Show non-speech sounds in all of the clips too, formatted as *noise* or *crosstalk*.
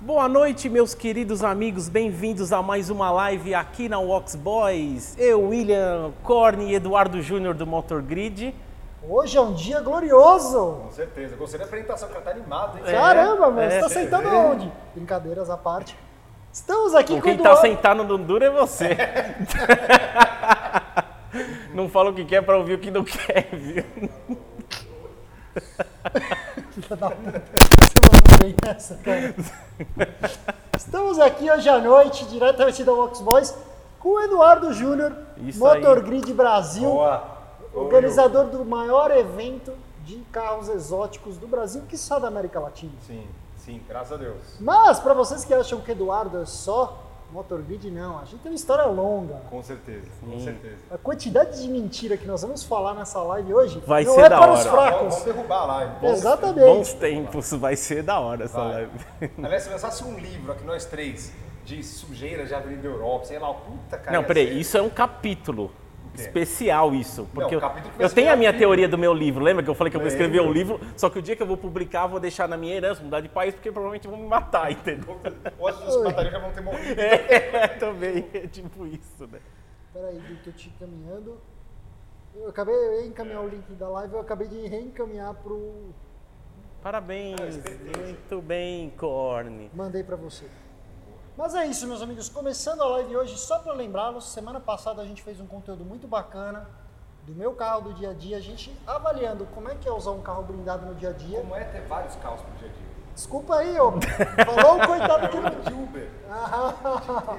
Boa noite, meus queridos amigos. Bem-vindos a mais uma live aqui na Wax Boys. Eu, William Corne e Eduardo Júnior do Motor Grid. Hoje é um dia glorioso! Com certeza. Gostei da apresentação, que ela tá animada, hein? É, Caramba, mano, é. você tá sentando aonde? Brincadeiras à parte. Estamos aqui com o Quem tá Eduardo. sentado no duro é você. *laughs* não fala o que quer pra ouvir o que não quer, viu? Filha da puta. Você mandou bem essa, *laughs* cara. Estamos aqui hoje à noite, diretamente da Vox Boys, com o Eduardo Júnior, Isso Motor aí. Grid Brasil, Tá Boa. organizador do maior evento de carros exóticos do Brasil, que só da América Latina. Sim, sim, graças a Deus. Mas, para vocês que acham que Eduardo é só Motor Grid, não. A gente tem uma história longa. Com certeza, com certeza. A quantidade de mentira que nós vamos falar nessa live hoje Vai não ser é da para hora. os Vamos, vamos fracos. derrubar a live. Exatamente. Bons tempos, vai ser da hora essa Vai. live. Aliás, se lançasse um livro aqui, nós três, de sujeira de Avenida Europa, sei lá, puta cara. Não, ia peraí, ser- isso é um capítulo. quê? Especial isso, porque o eu- capítulo eu, tenho a minha especial. teoria do meu livro, lembra que eu falei que eu vou escrever um Lembro. livro, só que o dia que eu vou publicar eu vou deixar na minha herança, mudar de país, porque provavelmente vão me matar, *laughs* entendeu? Hoje os batalhões já vão ter morrido. É, *laughs* também, é tipo isso, né? Peraí, Gui, que eu te encaminhando. Eu acabei de encaminhar o link da live, eu acabei de reencaminhar pro. Parabéns, muito bem, Corne. Mandei para você. Mas é isso, meus amigos. Começando a live hoje, só para lembrá-los, semana passada a gente fez um conteúdo muito bacana do meu carro do dia a dia, a gente avaliando como é que é usar um carro blindado no dia a dia. Como é ter vários carros pro dia a dia? Desculpa aí, ô. Falou o coitado que não *laughs* Ah, De Uber. Ah.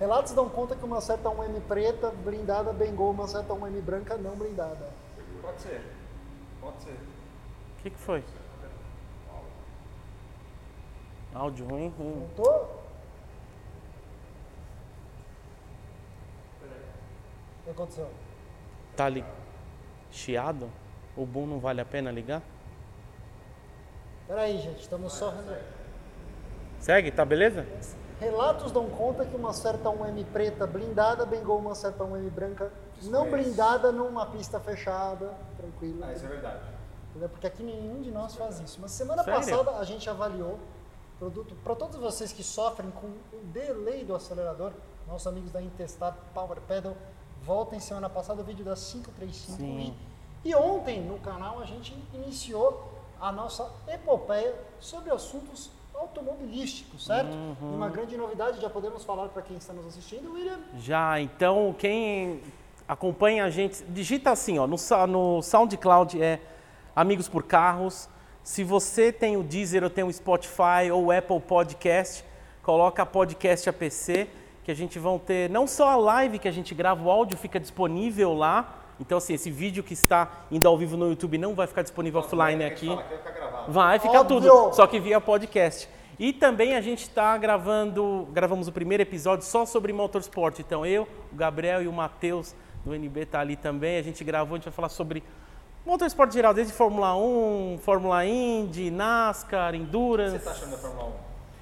Relatos dão conta que uma certa 1M preta blindada bengou uma certa 1M branca não blindada. Pode ser. Pode ser. O que, que foi? Áudio ruim? Hum. Voltou? O que aconteceu? Tá ali chiado? O boom não vale a pena ligar? Peraí, gente, estamos só. Segue, tá beleza? Relatos dão conta que uma certa 1M preta blindada bengou uma certa 1M branca não blindada numa pista fechada, tranquilo. Ah, isso é verdade. Entendeu? Porque aqui nenhum de nós faz isso. Mas semana Sério? passada a gente avaliou produto para todos vocês que sofrem com o delay do acelerador. Nossos amigos da Intestar Power Pedal, voltem semana passada o vídeo da 535 Sim. E, e ontem no canal a gente iniciou a nossa epopeia sobre assuntos automobilísticos, certo? Uhum. E uma grande novidade, já podemos falar para quem está nos assistindo, William. Já, então quem acompanha a gente, digita assim, ó, no, sa- no SoundCloud é Amigos por Carros. Se você tem o Deezer, ou tem o Spotify ou o Apple Podcast, coloca podcast APC, que a gente vão ter não só a live que a gente grava, o áudio fica disponível lá. Então, assim, esse vídeo que está indo ao vivo no YouTube não vai ficar disponível offline né, aqui. Fala, que vai ficar gravado. Vai ficar Óbvio. tudo, só que via podcast. E também a gente está gravando, gravamos o primeiro episódio só sobre motorsport. Então eu, o Gabriel e o Matheus do NB tá ali também. A gente gravou, a gente vai falar sobre motorsport geral, desde Fórmula 1, Fórmula Indy, NASCAR, O que Endurance. você tá achando da Fórmula 1? Esse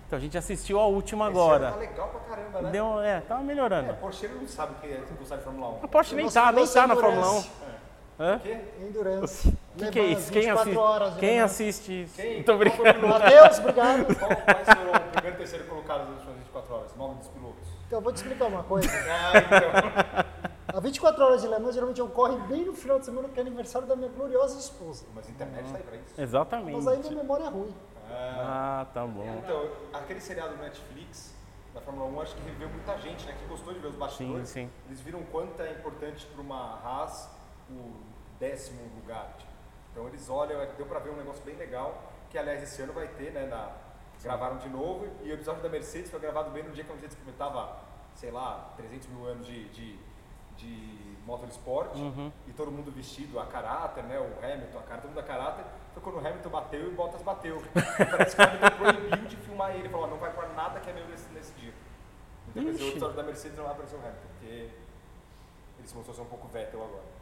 Então a gente assistiu a última ano Tá agora. legal pra caramba, né? Deu, é, tá É, melhorando. Porsche não sabe o que é gostar de Fórmula 1. A Porsche nem Nossa, tá, nem nossa tá na Fórmula 1. endurance. Hã? Endurance. O que, que é isso? Quem assiste? Quem assiste? isso? né? Quem? Tô brincando. Matheus, obrigado. Qual- Quais foram o primeiro e terceiro colocados nas últimas 24 horas? Nome dos pilotos. Então, eu vou te explicar uma coisa. Ah, *laughs* então. A 24 horas de Le Mans geralmente ocorre bem no final de semana, que é aniversário da minha gloriosa esposa. Mas a internet tá aí pra É. isso. Exatamente. Mas aí minha memória é ruim. Ah, tá bom. *laughs* Então, aquele seriado do Netflix da Fórmula 1 acho que reviveu muita gente, né? Que gostou de ver os bastidores. Sim, sim. Eles viram quanto é importante para uma Haas o décimo lugar. tipo. Então eles olham, é, deu para ver um negócio bem legal, que aliás esse ano vai ter, né? Na, gravaram de novo e o episódio da Mercedes foi gravado bem no dia que a Mercedes comentava, sei lá, 300 mil anos de, de, de motorsport Uhum. e todo mundo vestido a caráter, né? O Hamilton, a cara, todo mundo a caráter. Foi quando o Hamilton bateu e o *laughs* Bottas bateu. Parece que o Hamilton proibiu de filmar ele, falou, "Ó, não vai pôr nada que é meu nesse, nesse dia. Então quer dizer, o Ixi. episódio da Mercedes não vai aparecer o Hamilton, porque ele se mostrou ser um pouco Vettel agora.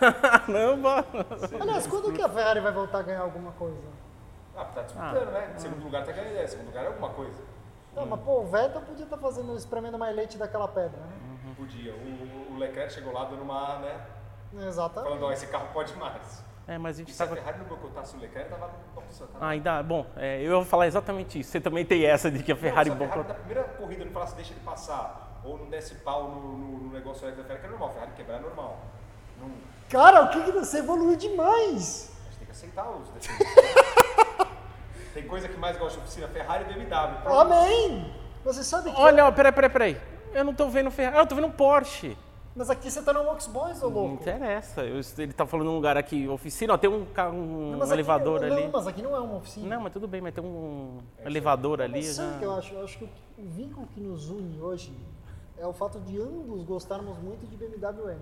Caramba! Aliás, quando que a Ferrari vai voltar a ganhar alguma coisa? Ah, tá disputando, né? Segundo lugar tá ganhando, é. Segundo lugar é alguma coisa. Não, mas pô, o Vettel podia estar fazendo, espremendo mais leite daquela pedra, né? Uhum. Podia. O, o Leclerc chegou lá dando uma, né? Hum. Exatamente. Falando, ó, esse carro pode mais. É, mas a gente E se a estava. Ferrari não boicotasse o Leclerc, tava. tá? Nossa, tava. Ah, ainda. Bom, é, eu ia falar exatamente isso. Você também tem essa de que a Ferrari não, se a Ferrari boicota. na primeira corrida não falasse deixa ele passar, ou não desse pau no, no, no negócio da Ferrari, que é normal, a Ferrari quebrar é normal. Não, a Cara, o que, que você evoluiu demais? gente tem que aceitar os defeitos. tem coisa que mais gosta de oficina, Ferrari e BMW. Pronto. Amém! Você sabe que. Olha, ó, peraí, peraí, peraí. Eu não tô vendo Ferrari. Ah, eu tô vendo um Porsche. Mas aqui você tá no Boys, ô Não louco. interessa. Eu- ele tá falando um lugar aqui, oficina, ó, tem um, ca- um Não, mas aqui- elevador não, ali. mas aqui não é uma oficina. Não, mas tudo bem, mas tem um elevador ali. Mas sabe o que eu já- acho? Eu acho que o, que- o vínculo que nos une hoje é o fato de ambos gostarmos muito de BMW M.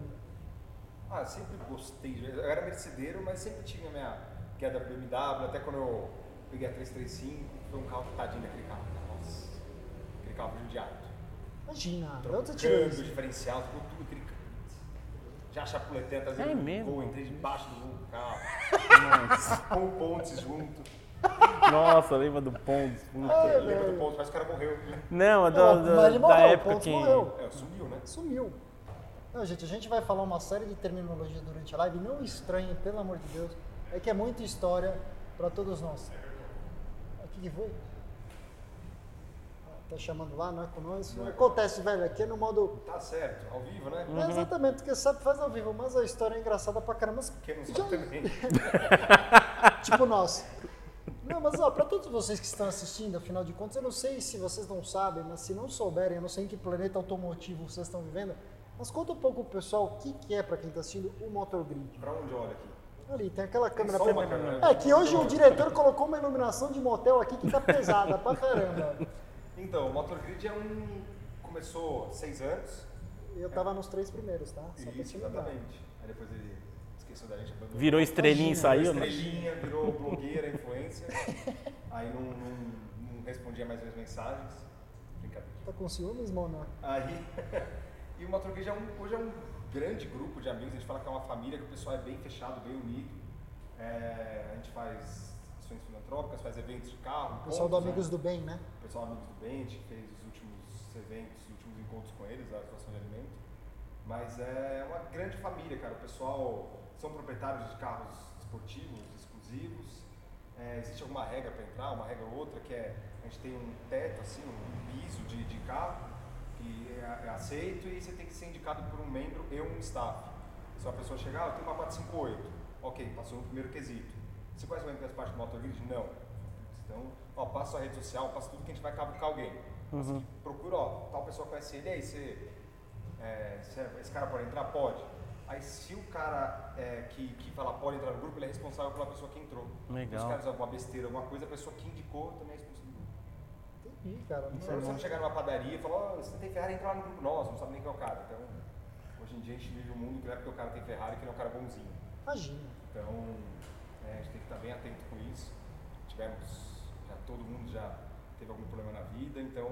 Ah, eu sempre gostei. Eu era mercedeiro, mas sempre tinha minha queda pro BMW, até quando eu peguei a 335, foi um carro tadinho daquele carro. Nossa, aquele carro judiado. Imagina, de onde você tirou Câmbio, isso? diferencial, ficou tudo aquele carro. Já chapuletei, às É vezes mesmo? eu entrei debaixo do voo do carro, com pontes junto. Nossa, lembra do Pontes. Puta. Ai, Eu lembro velho. do ponte, mas o cara morreu. Não, a da, Não, da- mas ele da morreu, o época Pontes que. morreu. É, sumiu, né? Sumiu. Não, gente, a gente vai falar uma série de terminologia durante a live. Não estranhe, pelo amor de Deus. É que é muita história pra todos nós. O que, que foi? Ah, Tá chamando lá, não é com nós? Não acontece, velho. Aqui é no modo. Tá certo, ao vivo, né? É exatamente, porque sabe faz ao vivo, mas a história é engraçada pra caramba. Mas Quem não já- sabe também. Tipo nós. Não, mas ó, pra todos vocês que estão assistindo, afinal de contas, eu não sei se vocês não sabem, mas se não souberem, eu não sei em que planeta automotivo vocês estão vivendo, mas conta um pouco pro pessoal o que, que é, pra quem tá assistindo, o Motor Grid. Pra onde olha aqui? Ali, tem aquela câmera só pra- uma câmera, né? É que hoje o diretor colocou uma iluminação de motel aqui que tá pesada pra caramba. Então, o Motor Grid é um. Começou seis anos. Eu tava nos três primeiros, tá? Só pra te Isso, lembrar. exatamente. Aí depois ele esqueceu da gente, abandonou. Virou estrelinha e saiu, né? estrelinha, virou blogueira, influencer. Aí não, não- não respondia mais minhas mensagens. Brincadeira. Tá com ciúmes, mano? Aí, *laughs* e o Motor Gage é um, hoje é um grande grupo de amigos, a gente fala que é uma família, que o pessoal é bem fechado, bem unido. É, a gente faz ações filantrópicas, faz eventos de carro. O pessoal do encontros, Amigos né? do Bem, né? O pessoal do Amigos do Bem, a gente fez os últimos eventos, os últimos encontros com eles, a doação de alimento. Mas é uma grande família, cara. O pessoal são proprietários de carros esportivos, exclusivos. É, existe alguma regra para entrar, uma regra ou outra, que é a gente tem um teto, assim, um piso de, de carro que é, é aceito e você tem que ser indicado por um membro e um staff. Se a pessoa chegar, ah, eu tenho uma 458, ok, passou no primeiro quesito. Você conhece o MP parte do Motor Grid? Não. Então, ó, passa sua rede social, passa tudo que a gente vai cavucar alguém. Uhum, Procura, ó, tal pessoa conhece ele, aí você é, se- esse cara pode entrar? Pode. Aí se o cara é, que, que fala pode entrar no grupo, ele é responsável pela pessoa que entrou. Legal. Se os caras alguma besteira, alguma coisa, a pessoa que indicou também é responsável. Entendi, cara. Se você não chegar numa padaria e falar, ó, você tem Ferrari, entra lá no grupo. Nossa, não sabe nem quem é o cara. Então, hoje em dia a gente vive um mundo que não é porque o cara tem Ferrari que ele é um cara bonzinho. Imagina. Então, é, a gente tem que estar bem atento com isso. Tivemos, já todo mundo já teve algum problema na vida, então...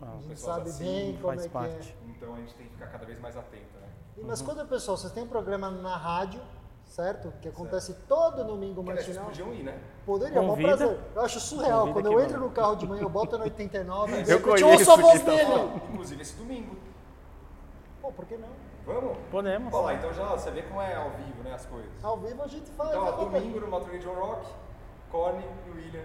Ah. A gente pessoas assim, sabe bem como faz é que parte. é. Então a gente tem que ficar cada vez mais atento, né? E, Mas quando, pessoal, vocês têm um programa na rádio, certo? Que acontece todo domingo Aliás, vocês matinal. podiam ir, né? Poderia, é um Convida. prazer. Eu acho surreal. Convida quando que eu vamos. entro no carro de manhã, eu boto *laughs* na 89, de repente eu conheço ouço a que voz tá dele. Ó, Inclusive esse domingo. Pô, por que não? Vamos? Podemos. Olha lá, então já você vê como é ao vivo, né, as coisas. Ao vivo a gente faz. é Então, ó, exatamente. domingo no Motor Region Rock, Corny e William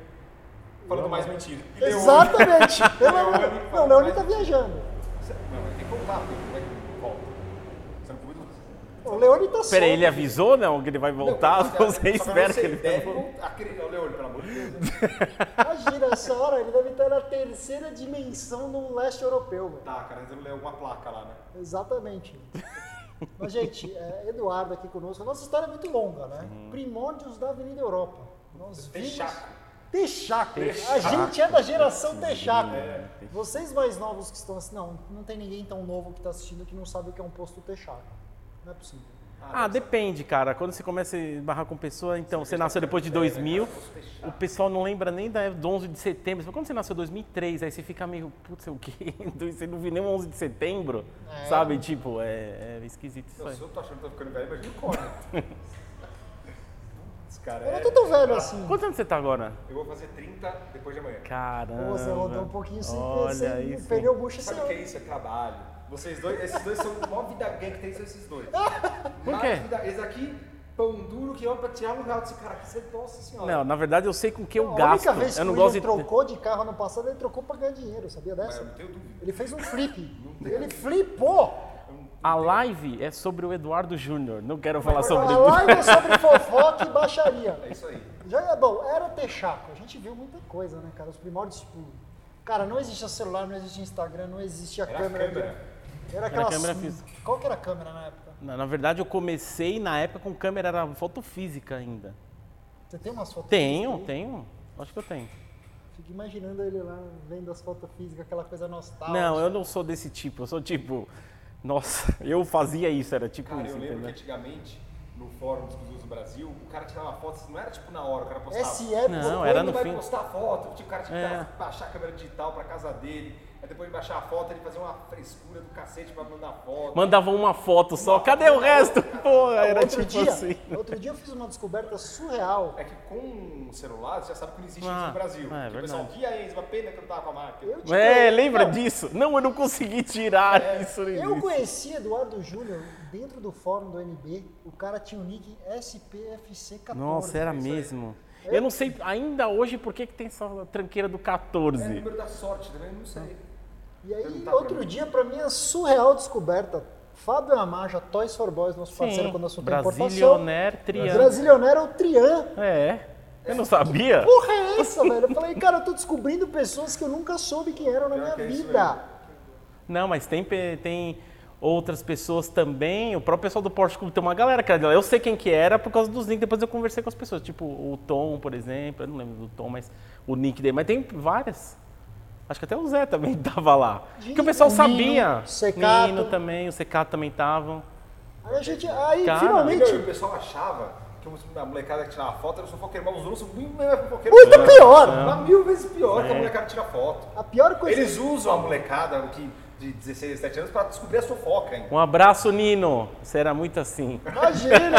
falando mais mentira. E Leone. Exatamente. Eu não- Leone Não, falando Leone mais- tá viajando. Você- Não, mas tem que voltar, porque como é que volta? Você não convida O Leone tá Peraí, solto. ele é- avisou não que ele vai voltar? Não, *laughs* Você só espera você Ah, que ele deve voltar. Aquele- Ó, Leone, pelo amor de Deus. Imagina, essa hora ele deve estar na terceira dimensão do leste europeu. velho. Tá, cara, mas eu uma placa lá, né? Exatamente. Mas, gente, é, Eduardo aqui conosco. A nossa história é muito longa, né? Primórdios da Avenida Europa. Nós vimos... Texaco. Texaco. A gente é da geração Texaco. é. Vocês mais novos que estão assim... Não, não tem ninguém tão novo que está assistindo que não sabe o que é um posto Texaco. Não é possível. Ah, depende, cara. Quando você começa a barrar com pessoa, então você nasceu depois de 2000, o pessoal não lembra nem da do 11 de setembro. Você fala, Quando você nasceu em 2003, aí você fica meio, putz, o quê? *laughs* Você não viu nem o 11 de setembro, É. sabe? Tipo, é, é esquisito isso Não, aí. se eu tô achando que tô ficando velho, imagina o Corny. Esse cara Eu é- não tô tão velho assim. Quantos anos você tá agora? Eu vou fazer 30 depois de amanhã. Caramba. Você rodou um pouquinho sem, Olha sem isso. pneu bucha sem Sabe o que é isso? É trabalho. Vocês dois, esses dois são a maior vida gay que tem são esses dois. Por Maior quê? vida- Esse aqui pão duro que é pra tirar no lugar desse cara aqui. Você, é nossa senhora. Não, na verdade eu sei com o que eu a gasto. única vez que eu não o gosto Willian de. trocou de carro ano passado, ele trocou pra ganhar dinheiro, sabia Mas dessa? eu não tenho dúvida. Ele fez um flip. ele flipou! A live é sobre o Eduardo Júnior. Não quero falar a sobre *laughs* live é sobre fofoca e baixaria. É isso aí. Já é bom, era ter chaco. A gente viu muita coisa, né, cara? Os primórdios, tipo. Cara, não existia celular, não existia Instagram, não existia Era a câmera. câmera. Era aquela. câmera física. Qual que era a câmera na época? Na, na verdade, eu comecei na época com câmera, era foto física ainda. Você tem umas fotos? Tenho, físicas aí? tenho. Acho que eu tenho. Fico imaginando ele lá vendo as fotos físicas, aquela coisa nostálgica. Não, eu não sou desse tipo. Eu sou tipo. Nossa, eu fazia isso, era tipo Cara, isso, eu lembro que entendeu? antigamente, no fórum dos Cruzeus do Brasil, o cara tirava uma foto, não era tipo na hora, o cara postava. Esse é Não, Quando era no vai fim. postar a foto, tipo, o cara tinha que É. dar- baixar a câmera digital pra casa dele, aí depois de baixar a foto, ele fazia uma frescura do cacete pra mandar um foto. Mandava uma foto só. Cadê o *laughs* resto? Porra, era outro tipo dia, assim. Outro dia eu fiz uma descoberta surreal. É que com o celular, você já sabe que não existe isso Ah, no Brasil. é que o pessoal, verdade. que a Enzo, uma pena que eu não tava com a máquina. Eu tive- É, lembra Não, É, disso? Não, eu não consegui tirar isso. nem Eu isso. conheci Eduardo Júnior dentro do fórum do NB. O cara tinha o nick SPFC14. Nossa, era isso aí. mesmo. Eu não sei ainda hoje por que, que tem essa tranqueira do É o 14. número da sorte também, não sei. Ah. E aí, Perguntar tá pra outro mim. dia, pra mim, a surreal descoberta. Fábio Amaja, Toys for Boys, nosso parceiro quando o assunto é importação. Brasilionaire Triângulo. Brasilionaire é o Trian. É. Eu não sabia? Porra é essa, *laughs* velho? Eu falei, cara, eu tô descobrindo pessoas que eu nunca soube quem eram na Pior minha que é isso vida. Não, mas tem, pe- tem outras pessoas também. O próprio pessoal do Porsche Clube tem uma galera, cara. Eu sei quem que era por causa dos links. Depois eu conversei com as pessoas. Tipo, o Tom, por exemplo. Eu não lembro do Tom, mas o nick dele. Mas tem várias. Acho que até o Zé também *laughs* tava lá. Que o pessoal Nino, sabia. Secato. Nino também, o Secato também estavam. Aí a gente. Aí Cara, finalmente. Não, e o pessoal achava que a molecada que tirava foto era o fofoqueiro, mas os outros são muito mais fofoqueiros. Muito Não. pior! Mas Tá mil vezes pior que É. a molecada tira foto. A pior coisa. Eles usam a molecada que, de 16, 17 anos pra descobrir a fofoca, hein? Um abraço, Nino. Você era muito assim. Imagina!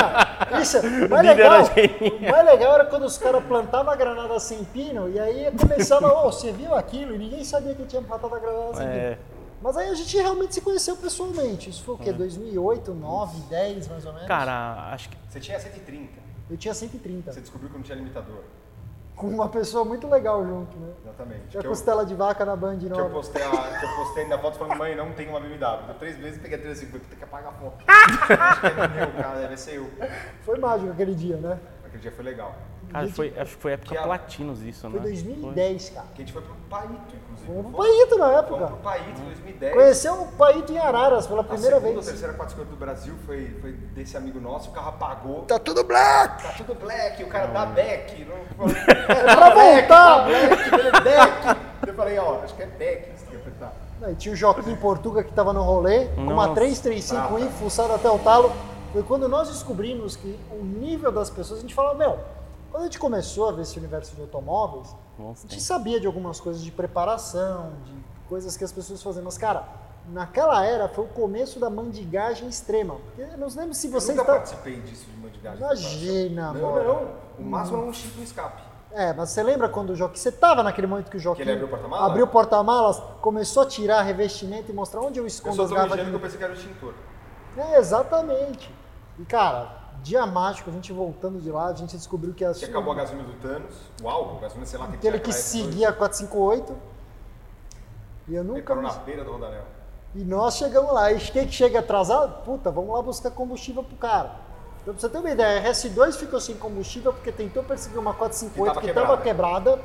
Isso, o mais Líder da legal, gerinha. o mais legal era quando os caras plantavam a granada sem pino e aí começava, ô, você viu aquilo? E ninguém sabia que tinha plantado a granada sem É. pino. Mas aí a gente realmente se conheceu pessoalmente. Isso foi o quê? 2008, 2009, 10 mais ou menos? Cara, acho que. Você tinha 130, Eu tinha você 130. descobriu que não tinha limitador. Com uma pessoa muito legal junto, né? Exatamente. Tinha Que eu, costela de vaca na Band que eu nova. postei a, que eu postei na foto falando, mãe, não tem uma BMW. Deu três meses e peguei a 350, tem que apagar *laughs* a foto. Acho que é meu, cara, deve ser eu. Foi mágico aquele dia, né? Aquele dia foi legal. Cara, foi, acho que foi época Que a- Platinos isso, Foi né? 2010, cara. Que a gente foi pro Paito, inclusive. Fomos pro Paíto na Fomos pro época. Paito em 2010. Conheceu o Paíto em Araras pela A primeira segunda, vez. terceira, quarta escolha do Brasil foi, foi desse amigo nosso, o carro apagou. Tá tudo black! Tá tudo black, o cara dá *laughs* back. Não, É Pra voltar! *laughs* black, ele é *laughs* back. Eu falei, ó, acho que é back isso que eu falei, tá. Não, e tinha o Joaquim Portuga que estava no rolê, com uma Nossa. 335i fuçada até o talo. Foi quando nós descobrimos que o nível das pessoas, a gente falava, meu, quando a gente começou a ver esse universo de automóveis, a Nossa, gente tem. sabia de algumas coisas de preparação, de coisas que as pessoas faziam. Mas, cara, naquela era foi o começo da mandigagem extrema. Porque Eu não lembro se Eu vocês nunca estavam. participei disso de mandigagem. tá- Imagina, Não, mano. não. O máximo era um chip no escape. É, mas você lembra quando o Joaquim. Você tava naquele momento que o Joaquim ele abriu o porta-malas? abriu o porta-malas, começou a tirar revestimento e mostrar onde eu Eu escondo sou as tão garrafas ingênuo que de eu pensei que era o extintor. É, exatamente. E, cara, dia mágico, a gente voltando de lá, a gente descobriu que a Que acabou a gasolina do Thanos, o álcool, a gasolina, sei lá, que aquele que aquela F2. seguia a 458. E eu Ele nunca. parou na mais- beira do Rodanel. E nós chegamos lá. E quem que chega atrasado? Puta, vamos lá buscar combustível pro cara. Então, pra você ter uma ideia, a RS2 ficou sem combustível porque tentou perseguir uma 458 que Que estava tava quebrada. É,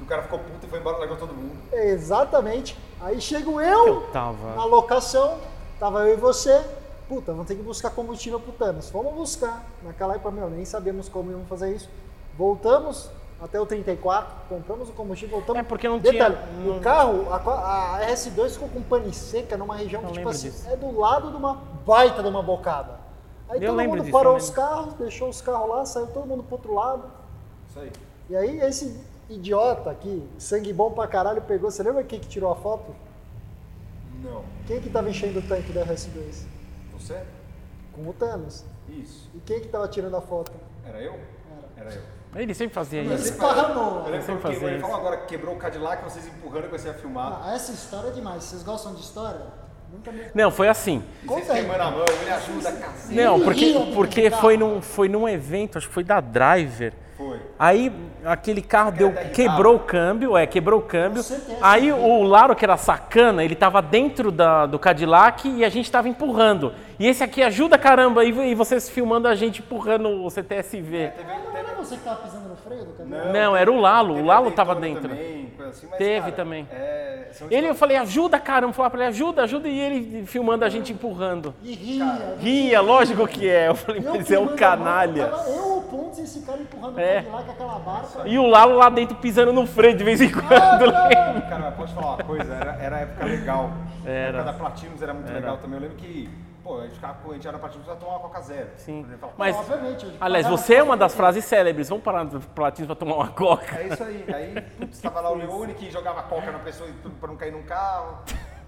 E o cara ficou puto e foi embora, largou todo mundo. Exatamente. Aí chego Eu eu, tava. na locação, tava eu e você. Puta, vamos ter que buscar combustível pro Thanos. Vamos buscar. Naquela época, meu, nem sabíamos como íamos fazer isso. Voltamos até o 34, compramos o combustível, voltamos. É, porque não Detalhe, tinha- não- O carro, a, qua- a RS2 ficou com pane seca numa região Eu que, tipo lembro assim, disso. é do lado de uma baita de uma bocada. Aí Eu todo lembro mundo disso, parou eu os carros, deixou os carros lá, saiu todo mundo pro outro lado. Isso aí. E aí esse idiota aqui, sangue bom pra caralho, pegou. Você lembra quem que tirou a foto? Não. Quem que tava enchendo o tanque da RS2? Você? Com o Thanos. Isso. E quem que tava tirando a foto? Era eu? Era eu. Ele sempre fazia Ele isso. esparramou. Eu Sempre lembro que eu quebrei, fazia ele isso. Ah, falou agora que quebrou o Cadillac, vocês empurrando e comecei a filmar. Ah, essa história é demais. Vocês gostam de história? Nunca me... Não, foi assim. Conta aí. Queimando a mão, ele ajuda a cacete. Não, porque, Ih, porque foi, num, foi num evento, acho que foi da Driver. Foi. Aí aquele carro deu, derribada. quebrou o câmbio, é, quebrou o câmbio. Com certeza. Aí o Laro, que era sacana, ele tava dentro da- do Cadillac e a gente tava empurrando. E esse aqui ajuda caramba, e, vo- e vocês filmando a gente empurrando o CTSV. Teve, Não teve- era você que tava pisando no freio do caminhão? Não, era o Lalo, teve o Lalo aventura tava dentro. Também, coisa assim, mas, Teve cara, também. é, são Ele, eu falei, ajuda caramba, falar pra ele, ajuda, ajuda, e ele filmando a gente empurrando. E ria. Ria, lógico que é. Eu falei, *laughs* Eu mas é um filmando a canalha. mão, tava Eu, o Pontes e esse cara empurrando É. o Cadillac com aquela barca. E o Lalo lá dentro pisando no freio de vez *laughs* Ah, em quando. tá. né? Cara, mas posso falar uma coisa? Era, era a época legal. Era. A época da Platinums era muito legal também. Eu lembro que, pô, a gente, ficava, a gente era Platinums pra tomar uma Coca-Zero. Sim. Por exemplo, falava, Mas, Obviamente, eu aliás, pagava- você é uma das frases célebres. Vamos parar no Platins pra tomar uma coca. É isso aí. Aí, putz, tava lá o Leone que jogava coca na pessoa e tudo pra não cair num carro.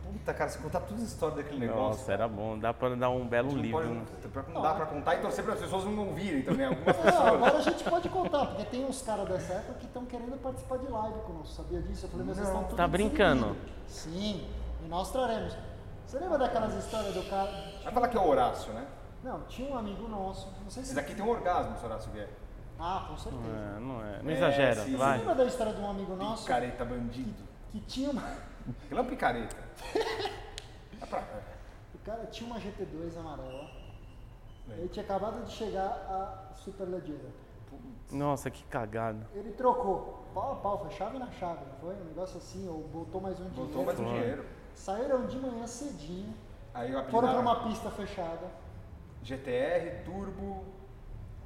Puta, cara, se contar todas as histórias daquele negócio. Nossa, era bom. Dá pra dar um belo não livro. pode- né? puta, pior que não dá pra contar e torcer para as pessoas não *laughs* ouvirem também. Algumas Não, pessoas. agora a gente pode contar, porque tem uns caras dessa época que estão querendo participar de live conosco, sabia disso? Eu falei, mas vocês estão tudo Tá brincando. desinibido. Sim, e nós traremos. Você lembra daquelas histórias do cara? Vai falar que é o Horácio, né? Não, tinha um amigo nosso, não sei Esse se... daqui tem um orgasmo, se o Horácio vier. Ah, com certeza. É, não é. Não É, exagera, sim. Você vai. lembra da história de um amigo nosso Picareta bandido. que tinha uma... *laughs* Aquilo é *laughs* um picareta. Vai pra cá. O cara tinha uma GT2 amarela, É. ele tinha acabado de chegar a Superleggera. Nossa, que cagada. Ele trocou, pau a pau, foi chave na chave, não foi? Um negócio assim, ou botou mais um dinheiro. Botou mais um dinheiro. Saíram de manhã cedinho, Aí eu foram pra apelidaram uma pista fechada, GTR, Turbo.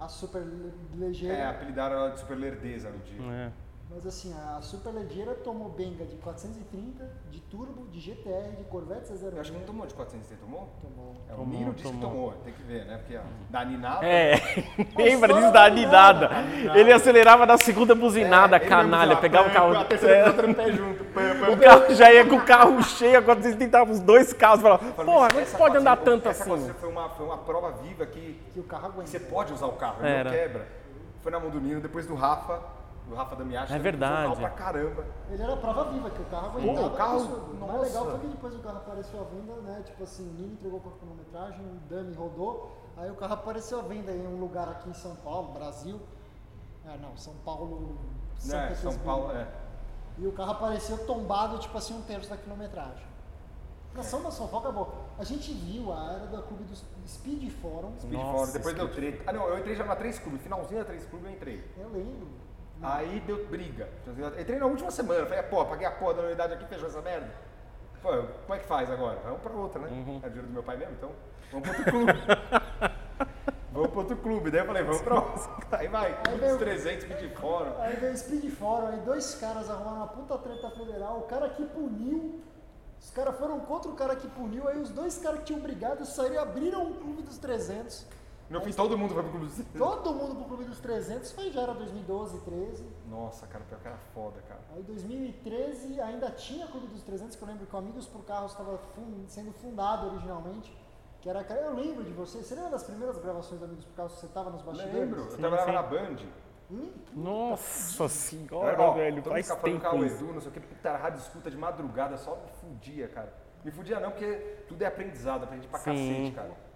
a super É, ligeira, apelidaram ela de super lerdeza no dia. É. mas assim, a super ligeira tomou benga de 430, de turbo, de GTR, de Corvette um, C0. Eu acho que não tomou de 400, você tomou? tomou. É, o Tomou, Niro disse que tomou. tomou, tem que ver, né? Porque ó, da Ninada. É, *laughs* lembra só disso da uma aninada. buzinada. Ele acelerava na segunda buzinada, É, ele mesmo canalha. já, Pegava o pã, carro. A terceira É. entrou no pé junto. pã, pã, O carro já ia com o carro cheio, agora vocês tentavam os dois carros e falavam, pã. porra, como é que Essa pode quatro- andar tanto essa assim? quatro- Foi uma, foi uma prova viva que Que o carro aguenta. você pode usar o carro, ele Era. não quebra. Foi na mão do Niro, depois do Rafa, do Rafa da Miacha. É ele usou o carro verdade. pra caramba. Ele era prova viva, que o carro aguentava. o carro- absurdo. O mais nossa. legal foi que depois o carro apareceu à venda, né? Tipo assim, o Nino entregou com a cronometragem, o Dami rodou, aí o carro apareceu à venda em um lugar aqui em São Paulo, Brasil. Ah, não, São Paulo. São, Né? São Petersburgo. Paulo, é. E o carro apareceu tombado, tipo assim, um terço da quilometragem. É. Na São da Sofó acabou. A gente viu a era do clube do Speed Forum. Speed Nossa, Forward, depois deu Speed. treta. Ah, não, eu entrei já na 3 Clube, finalzinho da 3 Clube eu entrei. Eu lembro. Aí deu briga. Entrei na última semana, falei, pô, paguei a porra da unidade aqui, fechou essa merda. Pô, como é que faz agora? Vamos pra outra, né? Uhum. É o dinheiro do meu pai mesmo, então vamos pra *laughs* outro clube. vamos pra outro clube. Daí eu falei, vamos pra outra. *laughs* Aí vai, clube dos veio- 300, pedir fora. Aí veio o Speed Forum, aí dois caras arrumaram uma puta treta federal, o cara que puniu. Os caras foram contra o cara que puniu, aí os dois caras que tinham brigado saíram e abriram o clube dos 300. No fim, todo mundo foi pro clube dos 300. Todo mundo pro clube dos 300, foi já era 2012, 13. Nossa, cara, pior que era foda, cara. Aí 2013 ainda tinha Clube dos 300, que eu lembro que o Amigos por Carros estava fun- sendo fundado originalmente. Que era, cara, eu lembro de você. Você lembra das primeiras gravações do Amigos por Carros que você estava nos bastidores? Hum, Lembro, eu Sim, trabalhava sim. na Band. Nossa Era, senhora, ó, velho, todo mundo faz ficava falando com tempo o isso. Edu, não sei o que, puta, era rádio escuta de madrugada, só me fudia, cara. Me fudia não, porque tudo é aprendizado, aprendi pra Sim. cacete, cara.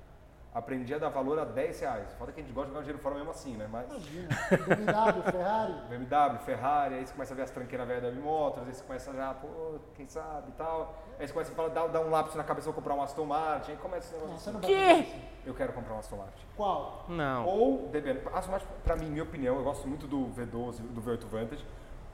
Aprendi a dar valor a 10 reais. Falta que a gente gosta de jogar dinheiro fora mesmo assim, né? Mas Imagina, dominado, Ferrari. BMW, Ferrari, aí você começa a ver as tranqueiras velhas da Motors, aí você começa já, pô, quem sabe e tal. Aí você começa a falar, dá, dá um lápis na cabeça, vou comprar um Aston Martin, aí começa esse Não, negócio você assim. não vai Que? fazer isso. Eu quero comprar um Aston Martin. Qual? Não. Ou devendo. Aston Martin, pra mim, minha opinião, eu gosto muito do V12, do V8 Vantage.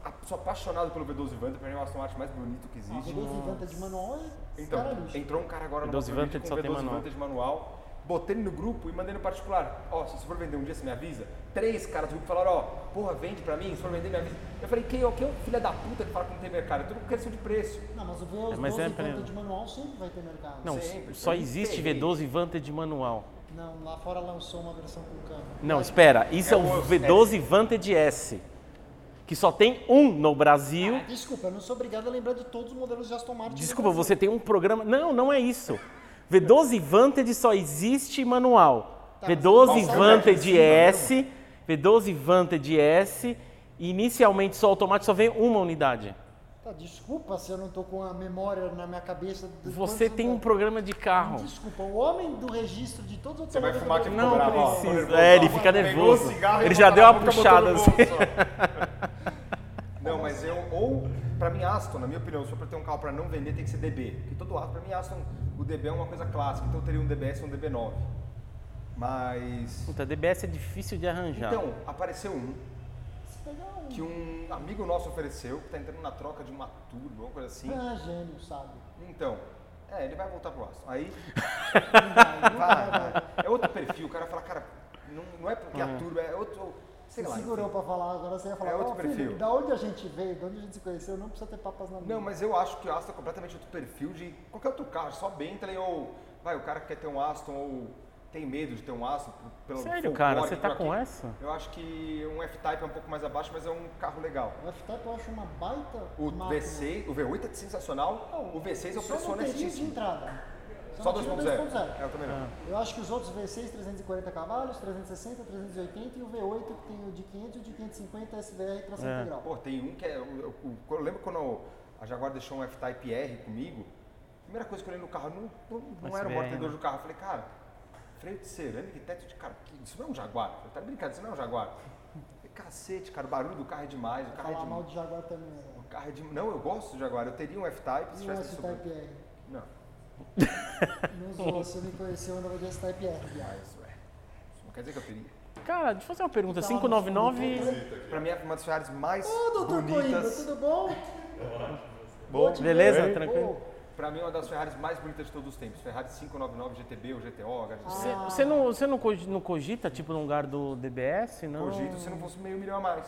A- Sou apaixonado pelo V12 Vantage, pra mim é o Aston Martin mais bonito Ah, que existe. V12 Vantage manual é Então, cara lixo. entrou um cara agora no V12 Motor Vídeo Vantage com só tem V12 manual. Vantage manual. Botei ele no grupo e mandei no particular. Ó, se você for vender um dia, você me avisa. Três caras do grupo falaram, ó, porra, vende pra mim, se for vender, me avisa. Eu falei, quem, é o- quem é o filho da puta que fala que não tem mercado? É tudo questão de preço. Não, mas o V12 É, mas é pra- Vantage manual sempre vai ter mercado. Não, Sempre, só sempre existe tem. V12 Vantage manual. Não, lá fora lançou uma versão com câmbio. Não, espera, isso é, É o o V12 Vantage S, que só tem um no Brasil. Ah, Desculpa, eu não sou obrigado a lembrar de todos os modelos de Aston Martin. do Desculpa, Brasil. você tem um programa. Não, não é isso. V12 Vantage só existe manual. Tá, V12 mas só Vantage em S, V12 Vantage S, e inicialmente só automático só vem uma unidade. Tá, desculpa se eu não tô com a memória na minha cabeça. de Você quantos tem um anos- programa de carro. Desculpa, o homem do registro de todos os Você vai automóveis fumar do aqui no Não programa, ó. precisa. Quando ele É, ele voltar, fica pegou nervoso. o cigarro e Ele botou já deu na uma boca, botou puxada, no assim. bolso, ó. Não, mas eu, ou, pra mim, Aston, na minha opinião, se eu for ter um carro pra não vender, tem que ser DB. Porque todo Aston, pra mim, Aston, o DB é uma coisa clássica, então eu teria um DBS e um DB9. Mas. Puta, DBS é difícil de arranjar. Então, apareceu um Se pegar um- que um amigo nosso ofereceu, que tá entrando na troca de uma turbo, alguma coisa assim. Ah, gênio, sabe? Então, é, ele vai voltar pro Aston. Aí, Não vai, não *laughs* vai, vai, vai. vai. É outro perfil, o cara fala, cara, não, não é porque a turbo, é outro. Sei Você lá. segurou pra falar, agora você ia falar. É outro "Ó, filho, perfil." Da onde a gente veio, da onde a gente se conheceu, não precisa ter papas na mão. Não, mas eu acho que o Aston é completamente outro perfil de qualquer outro carro, só Bentley ou. Vai, o cara que quer ter um Aston ou tem medo de ter um Aston p- pelo Sério, cara? folclore, Você tá por com aqui. essa? Eu acho que um F-Type é um pouco mais abaixo, mas é um carro legal. O F-Type eu acho uma baita. O máquina. V6, o V8 é sensacional, o V6 eu Só preço não teria de honestíssimo. entrada. Só não tira 2.0. 2.0. É, eu também não. Ah. Eu acho que os outros V6, 340 cavalos, 360, 380 e o V8 que tem o de 500 e o de 550 SVR tração É. integral. Pô, tem um que é. Eu, eu- eu lembro quando a Jaguar deixou um F-Type R comigo, a primeira coisa que eu olhei no carro, não, não, não era o SVR, mordedor né? do carro. Eu falei, cara, freio de cerâmica e teto de cara, que- isso não é um Jaguar. Eu falei, tá brincando, isso não é um Jaguar. Eu falei, Cacete, cara, o barulho do carro é demais, o carro é Falar mal demais. de Jaguar também. né? O carro é de... Não, eu gosto do Jaguar, eu teria um F-Type se E o tivesse sobre... S-Type R. *laughs* Não, Não zoou, você me conheceu andava de S-Type R. viado. mas ué, isso não quer dizer que eu teria. Cara, deixa eu fazer uma pergunta. Tá lá no 599. Pra mim é uma das Ferraris mais Ô, doutor Coimbra, bonitas. tudo bom? né? Bom, te ver. beleza? Ô, Tranquilo? Pra mim é uma das Ferraris mais bonitas de todos os tempos. Ferrari 599 GTB ou GTO, HGC. Você- Você não, você não cogi- não cogita, tipo, no lugar do DBS, não? Cogito se não fosse meio milhão a mais.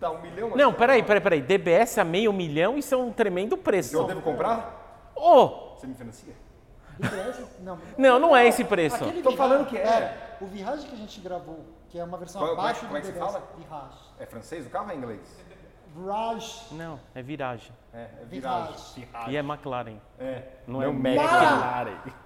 Dá um milhão a Não, mais. peraí, peraí, peraí. DBS a meio milhão, isso é um tremendo preço. Eu devo comprar? Ô! Você me financia? BTS? Não. *laughs* Não, não é esse preço. Aquele Tô Virage- falando que é. O Virage que a gente gravou, que é uma versão Qual- como é- abaixo como é do que se DBS. fala? Virage. É francês o carro ou é inglês? Virage. Não, é viragem. É, é viragem. Virage. Ah. E é McLaren. É. Não, é o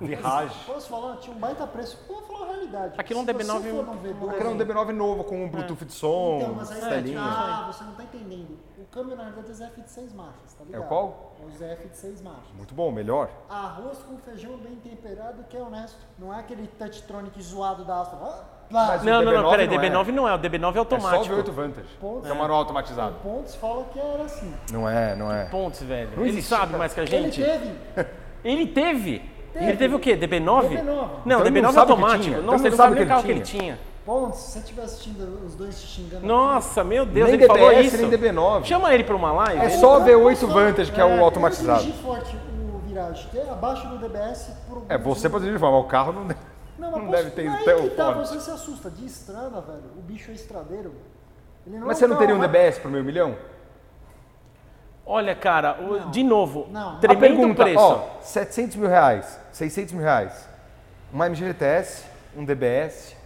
Virage. Posso falar? Tinha um baita preço. Pô, falar a realidade. Aquilo é um Se DB9 você for num V12, Aquele é um DB9 novo com um Bluetooth de som, Então, mas aí você telinha. ah, você não tá entendendo. O câmbio, na verdade, é ZF de seis marchas, tá ligado? É o qual? É o ZF de seis marchas. Muito bom, melhor. É Arroz com feijão bem temperado, que é honesto. Não é aquele touchtronic zoado da Aston. Ah, lá, Mas o Não, não, não, DB9 peraí. não é. DB9 não é, o DB9 é É só o automático. V8 Vantage. Ponto. É um manual automatizado. Pontos fala que era assim. Não é, não é. Pontos, velho. Não ele existe, sabe cara. mais que a gente. Ele teve. Ele teve. Teve. Ele teve o quê? DB9? DB9. Não, Então ele DB9 não é sabe o que automático. tinha. Nossa, ele Então ele não não sabe sabe nem o carro que ele o que tinha. Pontos, se você estiver assistindo os dois te xingando. aqui, Nossa, meu Deus, nem ele falou DBS, isso. nem DB9. Chama ele pra uma live. É Ele só o tá V8 passando- Vantage que é o eu automatizado. dirigi forte o Virage, que é abaixo do DBS por algum É, você motivo. pode dirigir, mas o carro não deve, Não, mas não posso- deve ter aí até que o tá, Ford. você se assusta. De estrada, velho, o bicho é estradeiro. velho. Ele Mas é você não carro teria um rápido. DBS pro meio milhão? Olha, cara, o- de novo, Não. A tremendo pergunta, preço. tá- ó, 700 mil reais, 600 mil reais, uma MGTS, um DBS,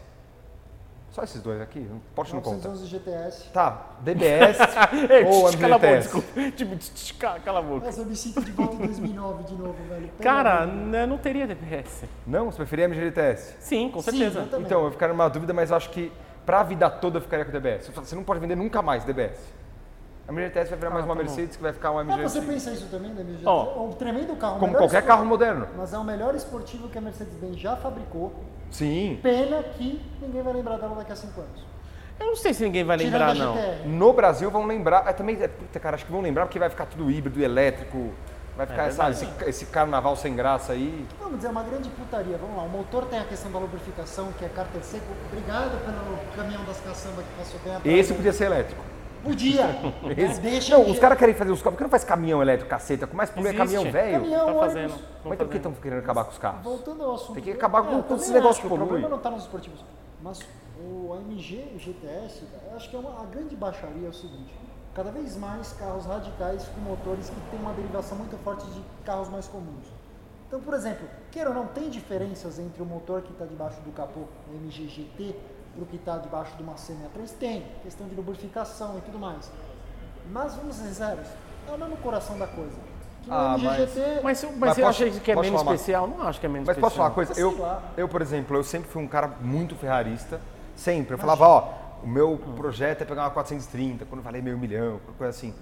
só esses dois aqui, o Porsche não conta. 911 GTS. Tá, DBS *laughs* *laughs* Ei, ou tch, tch, cala a boca, MGTS. desculpa. *laughs* Tipo, tch, tch, ca- cala a boca. Nossa, eu me sinto de volta em 2009 de novo, velho. Pelo Cara, amor de n- eu não teria DBS. Não, você preferia MGTS? Sim, com Sim, certeza. eu também. Então, eu ficaria numa dúvida, mas eu acho que pra vida toda eu ficaria com o DBS. Eu falo, Você não pode vender nunca mais DBS. A MGTS vai virar mais uma tá bom. Mercedes que vai ficar uma Deus. Ah, você MGTS. pensa isso também da MGTS? Ó, um tremendo carro. Como melhor qualquer esportivo, carro moderno. Mas é o melhor esportivo que a Mercedes-Benz já fabricou. Sim. Pena que ninguém vai lembrar dela daqui a 5 anos. Eu não sei se ninguém vai lembrar, Tirando a não. GTR. No Brasil vão lembrar. É, também, é, puta, cara, acho que vão lembrar porque vai ficar tudo híbrido, elétrico. Vai ficar essa- verdade. esse, esse carnaval sem graça aí. Vamos dizer, é uma grande putaria. Vamos lá, o motor tem a questão da lubrificação, que é cárter seco. Obrigado pelo caminhão das caçambas que passou bem atrás. Esse podia ser elétrico. Podia! Mas *laughs* Esse. É, deixa não, aí. os caras querem fazer os carros. Por que não faz caminhão elétrico, caceta? Com mais problema é Existe. caminhão velho. Caminhão, Tá ônibus. fazendo. Mas então por é que estão querendo acabar com os carros? Voltando ao assunto. Tem que acabar com eu todos esses também negócios acho que O problema polui. não está nos esportivos. Mas o AMG, o GTS, eu acho que é uma, a grande baixaria é o seguinte. Cada vez mais carros radicais com motores que têm uma derivação muito forte de carros mais comuns. Então, por exemplo, queira ou não, tem diferenças entre o motor que está debaixo do capô, o MG GT, para o que está debaixo de uma C63? Tem, questão de lubrificação e tudo mais. Mas, vamos ser sinceros, é o mesmo coração da coisa. Que no Ah, MG mas- GT... Mas, eu- mas, Mas eu posso- achei que é posso menos falar uma- especial. Não acho que é menos Mas posso falar especial. uma coisa? Sei Eu, lá. eu, por exemplo, eu sempre fui um cara muito ferrarista. Sempre. Eu falava, ó, o meu projeto é pegar uma 430, quando valer meio milhão, qualquer coisa assim.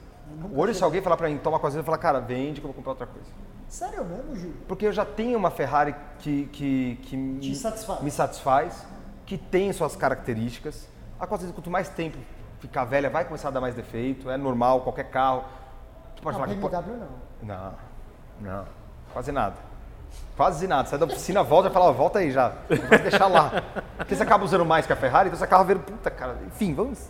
Hoje, se alguém falar pra mim, toma 400, eu falar, cara, vende que eu vou comprar outra coisa. Sério mesmo, Júlio? Porque eu já tenho uma Ferrari que, que, que Te satisfaz. me satisfaz, que tem suas características. A 400, quanto mais tempo ficar velha, vai começar a dar mais defeito, é normal, qualquer carro. Tu pode Não, falar que BMW pode... não. Não, não, quase nada. Quase nada. Sai da oficina, volta e fala, ó, volta aí já. Vai deixar lá. Porque você acaba usando mais que a Ferrari, então você acaba vendo, puta cara, enfim, vamos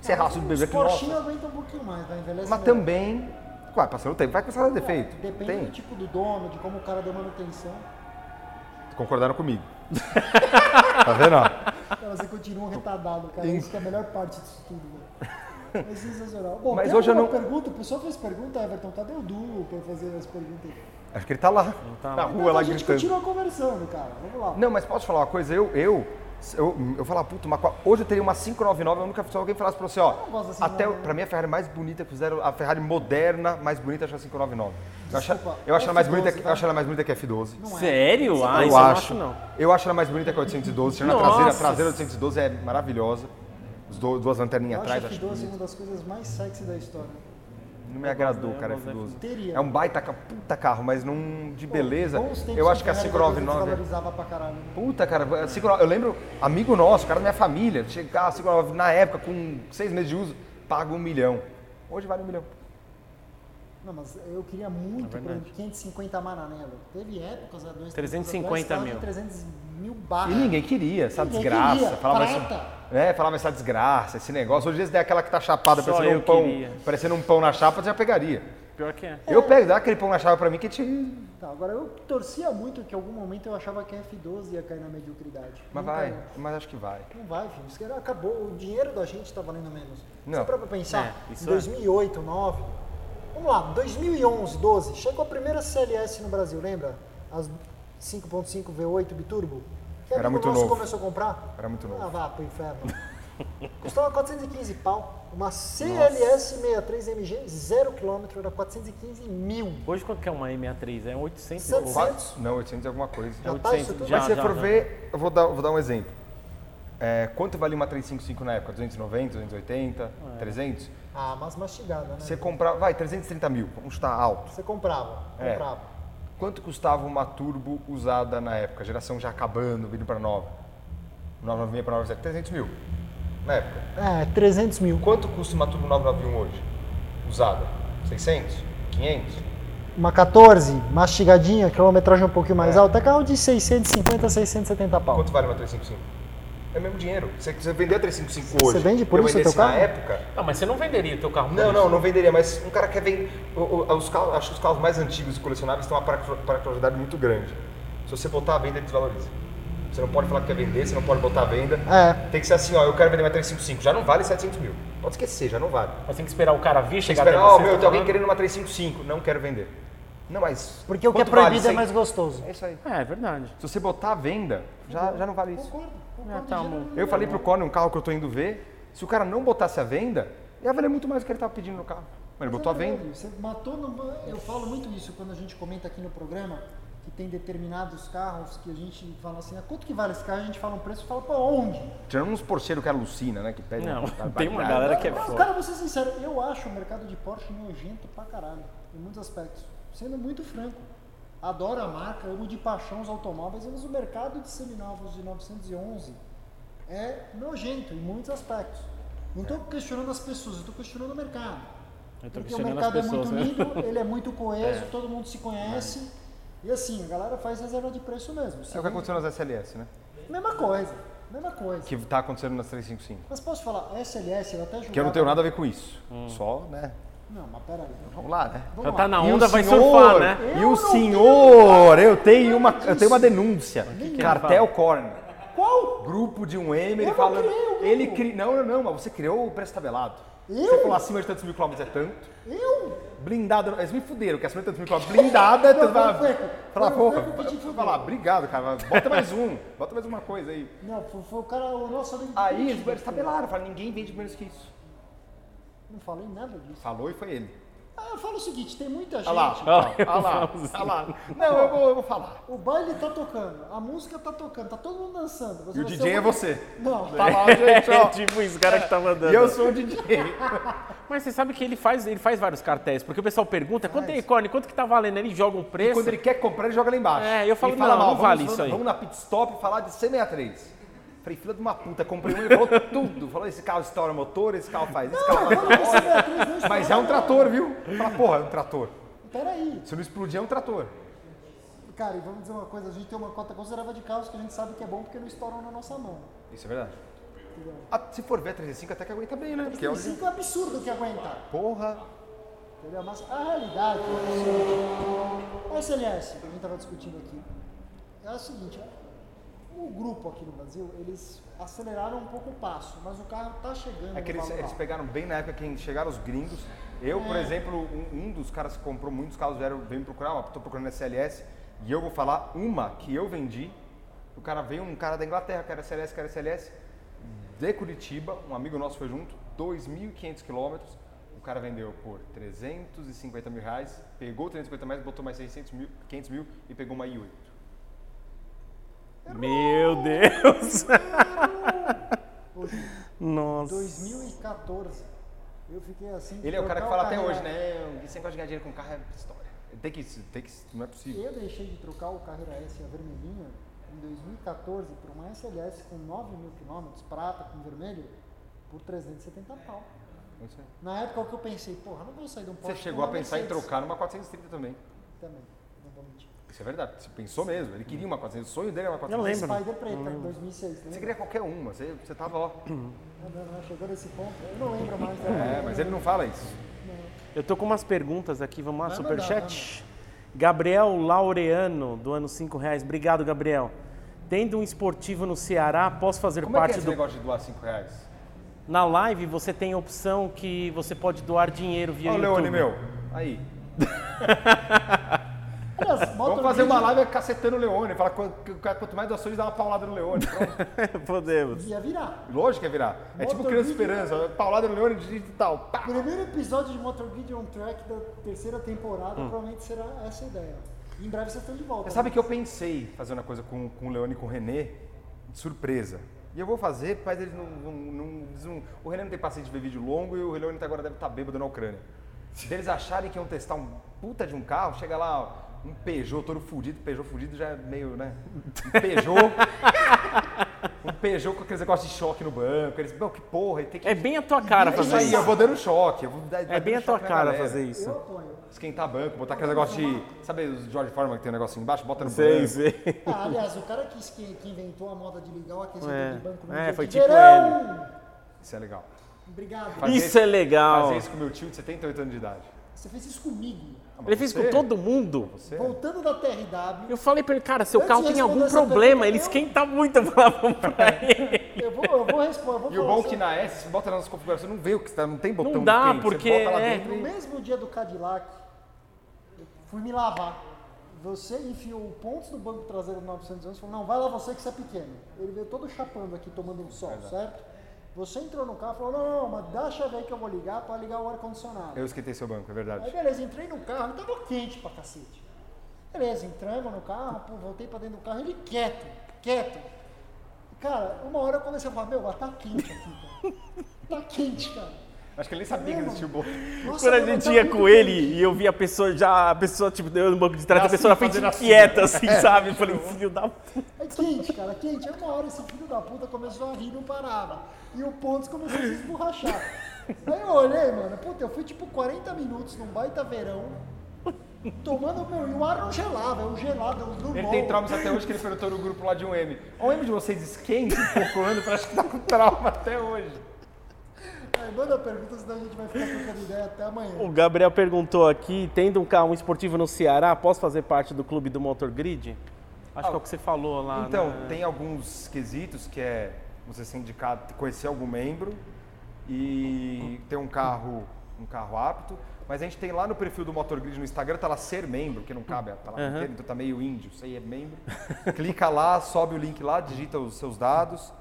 encerrar o É, Os é bebê aqui. Porsche nossa. aguenta um pouquinho mais, vai envelhecer. Mas também, vai passando o tempo, vai começar a dar defeito. Depende Tem. do tipo do dono, de como o cara deu manutenção. Concordaram comigo. *laughs* tá vendo? ó? Cara, você continua um retardado, cara. Isso que é a melhor parte disso tudo, *laughs* velho. É sensacional. Bom, Mas tem hoje eu alguma não- pergunta? O pessoal fez pergunta, Everton. Cadê o Du pra fazer as perguntas? aí? Acho que ele tá lá, tá lá. na rua, lá Então a gente gritando. continua conversando, cara. Vamos lá. Não, mas posso falar uma coisa? Eu, eu, eu, eu falava, puta, uma, qua- hoje eu teria uma 599, eu nunca, se alguém falasse pra você, ó, não gosto da até, 599. pra mim a Ferrari mais bonita que fizeram, a Ferrari moderna mais bonita, eu acho a 599. Eu acho, Desculpa, eu acho ela mais bonita, F12, que- tá? eu acho ela mais bonita que a F12. Não é. Sério? Ah, eu isso eu não acho. acho não. Eu acho ela mais bonita que a 812. tirando A Nossa. traseira, a traseira da 812 é maravilhosa. As do- duas lanterninhas Eu atrás, acho que acho doce é bonito. uma das coisas mais sexy da história. Não me agradou, cara, a gosto da F12. Teria. É um baita ca- puta carro, mas não de beleza. Bons tempos Eu acho que a Ferrari 599 é- valorizava pra caralho. né? Puta, cara, a 599 eu lembro, amigo nosso, cara da minha família, chegar a 599 na época, com seis meses de uso, paga um milhão. Hoje vale um milhão. Não, mas eu queria muito, por exemplo, 550 Maranello. Teve épocas, há dois 350 anos mil. atrás, que 300 mil E barras. ninguém queria essa Ninguém desgraça. queria, Falava prata. isso- é, falava essa desgraça, esse negócio. Hoje em dia é aquela que tá chapada, Só parecendo um, eu pão, queria. parecendo um pão na chapa, você já pegaria. Pior que é. Eu pego, dá aquele pão na chapa pra mim que te. Tá, agora eu torcia muito que em algum momento eu achava que a F12 ia cair na mediocridade. Mas Não vai, caiu. mas acho que vai. Não vai, filho. Isso que era- acabou. O dinheiro da gente tá valendo menos. Não. Você para pra pensar, É, isso em é. 2008, 2009... Vamos lá, 2011, 12, chegou a primeira CLS no Brasil, lembra? As 5.5 V8 biturbo. Que é Era amigo muito nosso novo. começou a comprar. Era muito novo. Ah, vá pro *laughs* inferno. Custava 415 pau. Uma CLS 63 MG, 0 km, era 415 mil. Hoje quanto que é uma M63? É 800 e pouco. 700 Quatro? Não, 800 e alguma coisa. Já tá isso 800, tudo? já, Mas se você já, for já. ver, eu vou dar, vou dar um exemplo. É, quanto valia uma 355 na época? 290, 280, É. 300? Ah, mas mastigada, né? Você comprava, vai, 330 mil, vamos chutar alto. Você comprava, É. comprava. Quanto custava uma turbo usada na época? Geração já acabando, vindo para nova. 996 para 97, 300 mil na época. É, 300 mil. Quanto custa uma turbo 991 hoje? Usada? 600? 500? Uma 14, mastigadinha, quilometragem um pouquinho mais É. alta, é carro de 650, 670 pau. Quanto vale uma 355? É o mesmo dinheiro. Você, você vender a 355 Você hoje. vende por eu isso o teu vendesse na carro? época, Não, mas você não venderia o teu carro por Não, isso. não, não venderia, mas um cara quer vender. o- o- Os carros, acho que os carros mais antigos e colecionáveis têm uma paracro- paracrosidade muito grande. Se você botar a venda, ele desvaloriza. Você não pode falar que quer vender, você não pode botar a venda. É. Tem que ser assim, ó, eu quero vender mais 355, já não vale 700 mil. Pode esquecer, já não vale. Mas tem que esperar o cara vir, Tem que chegar até esperar, ó, você. meu, tá tem alguém falando? querendo uma 355, não quero vender. Não, mas. Porque o que é quanto proibido vale é mais gostoso. É isso aí. É, é verdade. Se você botar a venda, já, já não vale isso. Concordo, Ah, concordo. tá, em geral. amor. Eu falei pro Conor, um carro que eu tô indo ver, se o cara não botasse a venda, ia valer muito mais do que ele tava pedindo no carro. Mas ele botou a Mas é venda. verdade, Você matou no... Eu falo muito isso quando a gente comenta aqui no programa, que tem determinados carros que a gente fala assim, "Ah, quanto que vale esse carro? A gente fala um preço e fala, pra onde? Tirando uns porcheiros que alucina, né? Que pede Não, tá- *laughs* *laughs* tem uma tá- galera que é Mas, foda. cara, vou ser sincero, eu acho o mercado de Porsche nojento pra caralho, em muitos aspectos. Sendo muito franco, adoro a marca, amo de paixão os automóveis, mas o mercado de seminovos de 911 é nojento em muitos aspectos. Não estou questionando as pessoas, eu estou questionando o mercado. Eu tô Porque o questionando mercado as pessoas, é né? muito unido, ele é *laughs* muito coeso, todo mundo se conhece. E assim, a galera faz reserva de preço mesmo. É o que aconteceu nas SLS, né? Mesma coisa, mesma coisa. Que tá acontecendo nas 355. Mas posso falar, SLS, eu até julgava... Que eu não tenho nada a ver com isso. Só, né? Não, mas peraí. Vamos lá, Já né? Vamos lá. tá Hum. na E o onda, vai senhor- surfar, né? E o Eu não senhor, tenho- eu tenho uma, eu tenho Isso. uma denúncia. que que Cartel Corn. Qual? Grupo de um M, Eu ele não falando. criei o grupo. Ele cri... Não, não, não, mas você criou o preço tabelado. Eu? Você falou acima de tantos mil quilômetros é tanto. Eu? Blindada, eles me fuderam, que acima de tantos mil quilômetros, blindada, é Não, tanto. foi o Fala, Franco. fala, Foi um tipo, o porra, Franco que te fala, fudeu. fala, obrigado, cara, bota mais um, bota mais uma coisa aí. Não, foi, foi o cara, o nosso amigo. tipo, Aí eles estabelaram, falaram, ninguém vende menos que isso. Não falei nada disso. Falou e foi ele. Ah, eu falo o seguinte: tem muita gente. Olha lá, olha lá, assim. olha lá. Não, eu vou, eu vou falar. O baile tá tocando, a música tá tocando, tá todo mundo dançando. Você E o vai ser DJ é *laughs* único- você. é. Não, Tá lá, gente, É ó. tipo esse cara que tá mandando. E eu sou o DJ. Mas você sabe que ele faz, ele faz vários cartéis, porque o pessoal pergunta, quanto é Faz. unicórnio, quanto que tá valendo? Ele joga um E preço. *laughs* quando ele quer comprar, ele joga lá embaixo. É, eu falo, Ele não, não vamos- vale vamos, isso aí. Vamos na pit stop falar de C63. Falei, filha de uma puta, comprei um e ele falou tudo. Falou, esse carro estoura motor, esse carro faz isso, esse carro faz isso. Mas é um trator, viu? Fala, porra, é um trator. Peraí, Se não explodir, é um trator. cara, e vamos dizer uma coisa, a gente tem uma cota considerável de carros que a gente sabe que é bom porque não estouram na nossa mão. Isso é verdade. Ah, se for V35, até que aguenta bem, né? Porque Tem é onde... cinco absurdo que aguentar. Porra. Entendeu? Mas a realidade é o seguinte. O SLS, que a gente estava discutindo aqui, é a seguinte, ó, o grupo aqui no Brasil, eles aceleraram um pouco o passo, mas o carro está chegando É que eles, no eles valor. pegaram bem na época que chegaram os gringos. Eu, por exemplo, um, um dos caras que comprou muitos carros vieram, veio me procurar, estou procurando SLS, e eu vou falar uma que eu vendi. O cara veio, um cara da Inglaterra, que era SLS, que era SLS, de Curitiba, um amigo nosso foi junto, 2.500 quilômetros. O cara vendeu por 350 mil reais, pegou 350 mais, botou mais 600 mil, 500 mil e pegou uma i8. Meu *laughs* Deus! Hoje, Nossa. 2014, eu fiquei assim... Ele é o cara que trocar fala até carreira- hoje, né? Esse negócio de ganhar dinheiro com carro é história. Tem que, tem que, não é possível. Eu deixei de trocar o Carreira S a vermelhinha em 2014 por uma SLS com 9 mil quilômetros, prata com vermelho, por 370 pau. Não sei. Na época o que eu pensei, porra, não vou sair de um Você Porsche. chegou a pra uma pensar em Mercedes. trocar numa 430 também. Também, não vou mentir. Isso é verdade. Você pensou mesmo. Ele queria uma 400. O sonho dele era uma Eu 400. lembro. Spider preta, em 2006. Você Lembra? queria qualquer uma. Você, você tava, ó. né? Não, não, não, chegou nesse ponto. Eu não lembro mais. né? É, mas ele não fala isso. Eu tô com umas perguntas aqui, vamos lá, Vai mandar, superchat. Gabriel Laureano, do ano 5 reais. Obrigado, Gabriel. Tendo um esportivo no Ceará, posso fazer Como é que é parte esse do. negócio de doar 5 reais? Na live você tem a opção que você pode doar dinheiro via Ó, o YouTube. Leone, meu. Aí. Aliás, bota Vamos um fazer vídeo uma live cacetando o Leone. Fala, quanto, quanto mais doações, dá uma paulada no *laughs* Leone. Pronto. *laughs* Podemos. Ia virar. Lógico que é virar. É tipo Criança Esperança. Paulada no Leone digital. Pá. Primeiro episódio de Motor Video on Track da terceira temporada provavelmente será essa a ideia. Em breve vocês estão de volta. Hum. né? Você sabe que eu pensei em fazer uma coisa com, com o Leone e com o Renê, de surpresa. E eu vou fazer, mas eles não. não- não- eles não- o Renê não tem paciência de ver vídeo longo e o Leone tá- agora deve estar bêbado na Ucrânia. Se eles acharem que iam testar um puta de um carro, chega lá ó, um Peugeot todo fudido, Peugeot fudido já é meio, né? Um Peugeot. um Peugeot com aqueles negócios de choque no banco. Eles, não, que porra, e tem que. É bem a tua cara É isso fazer aí, isso. eu vou dando choque. eu vou dar- É dar bem a dando tua choque na cara galera. fazer Eu isso. apoio. Esquentar banco, botar aquele negócio de. Sabe o George Foreman que tem um negocinho embaixo? Bota no banco. sei. Ah, aliás, o cara que, que- que inventou a moda de ligar o aquecedor É. do banco no É, dia foi de tipo verão. Isso é legal. Obrigado. Fazer Isso é legal. Fazer isso com meu tio de 78 anos de idade. Você fez isso comigo. Ah, mas Ele fez você- com todo mundo. Você? Voltando da TRW, Eu falei pra ele, cara, seu Antes carro de tem responder algum essa problema, pergunta, ele eu- esquenta muito, eu falava pra ele. eu vou, eu vou responder. eu vou E o falar bom é só- que na S, você bota nas configurações, não vê o que está, não tem botão Não dá, do quente, porque Você bota lá é- dentro No e... mesmo dia do Cadillac, eu fui me lavar. Você enfiou o pontos do banco traseiro do 911 e falou, não, vai lá você que você é pequeno. Ele veio todo chapando aqui, tomando um sol, certo? Você entrou no carro e falou, não, não, não, mas dá a chave aí que eu vou ligar para ligar o ar-condicionado. Eu esquentei seu banco, é Aí verdade. beleza, entrei no carro, ele tava quente pra cacete. Beleza, entramos no carro, pô, voltei pra dentro do carro, ele quieto, quieto. Cara, uma hora eu comecei a falar, meu, tá quente aqui, cara. *laughs* Tá quente, cara. Acho que ele nem sabia que existia o botão. Nossa, Quando a meu, gente tá ia muito com quente. ele e eu vi a pessoa já, a pessoa, tipo, deu no banco de trás, a Assim, pessoa na frente fazendo assim. inquieta, assim, sabe? Eu falei, filho da puta. É quente, cara, quente. Aí uma hora esse filho da puta começou a rir e não parava. E o Pontos começou a se esborrachar. Aí eu olhei, mano, puta, eu fui tipo 40 minutos num baita verão, tomando meu. E o ar não gelava, é o gelado, é o do Ele bom. tem traumas até hoje que ele perguntou no grupo lá de um M. Ó, O M de vocês esquenta um pouco o ano, parece que tá com trauma até hoje. Aí manda pergunta, senão a gente vai ficar trocando ideia até amanhã. O Gabriel perguntou aqui, tendo um carro um esportivo no Ceará, posso fazer parte do clube do Motor Grid? Acho que é o que você falou lá. Então, né? tem alguns quesitos que é você ser indicado, conhecer algum membro e ter um carro, um carro apto. Mas a gente tem lá no perfil do Motor Grid no Instagram, tá lá ser membro, que não cabe a palavra Aham. inteira, então tá meio índio, isso aí é membro. *laughs* Clica lá, sobe o link lá, digita os seus dados,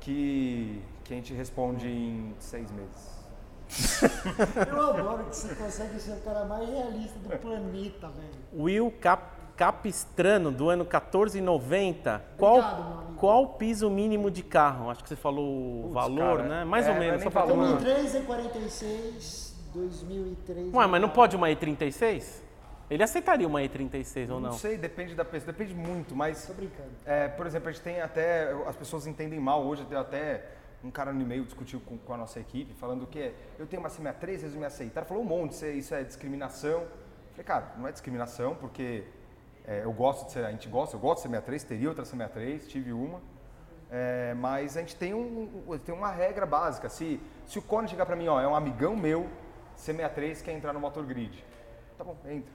que, que a gente responde em seis meses. Eu adoro que você consegue ser o cara mais realista do planeta, velho. Will Cap Capistrano, do ano 1490. Obrigado, meu Qual, amigo. qual o piso mínimo de carro? Acho que você falou o Putz, valor, cara, né? Mais é, ou não é menos, só nem pra falou. Mano. 2003 é 46, 2003. Ué, mas não pode uma E36? Ele aceitaria uma E36 ou Não, não? sei, depende da pessoa, depende muito, mas. Tô brincando. é, por exemplo, a gente tem até. As pessoas entendem mal hoje, tem até um cara no e-mail discutiu com, com a nossa equipe, falando que é, eu tenho uma assim, C63, eles não me aceitaram. Falou um monte, isso é, isso é discriminação. Falei, cara, não é discriminação, porque é, eu gosto de ser, a gente gosta, eu gosto de C63, teria outra C63, tive uma. É, mas a gente tem, um, um- tem uma regra básica. Se, se o Cone chegar pra mim, ó, é um amigão meu, C63 quer entrar no motor grid. Tá bom, entra.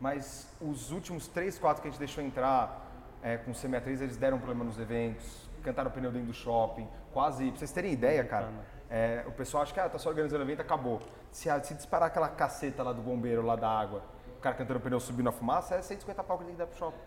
Mas os últimos 3, 4 que a gente deixou entrar é, com C63, eles deram problema nos eventos, cantaram pneu dentro do shopping, quase. Pra vocês terem ideia, cara, é, o pessoal acha que ah, tá só organizando evento, acabou. Se, a- se disparar aquela caceta lá do bombeiro, lá da água, o cara cantando pneu subindo a fumaça, é 150 pau que tem que dar pro shopping.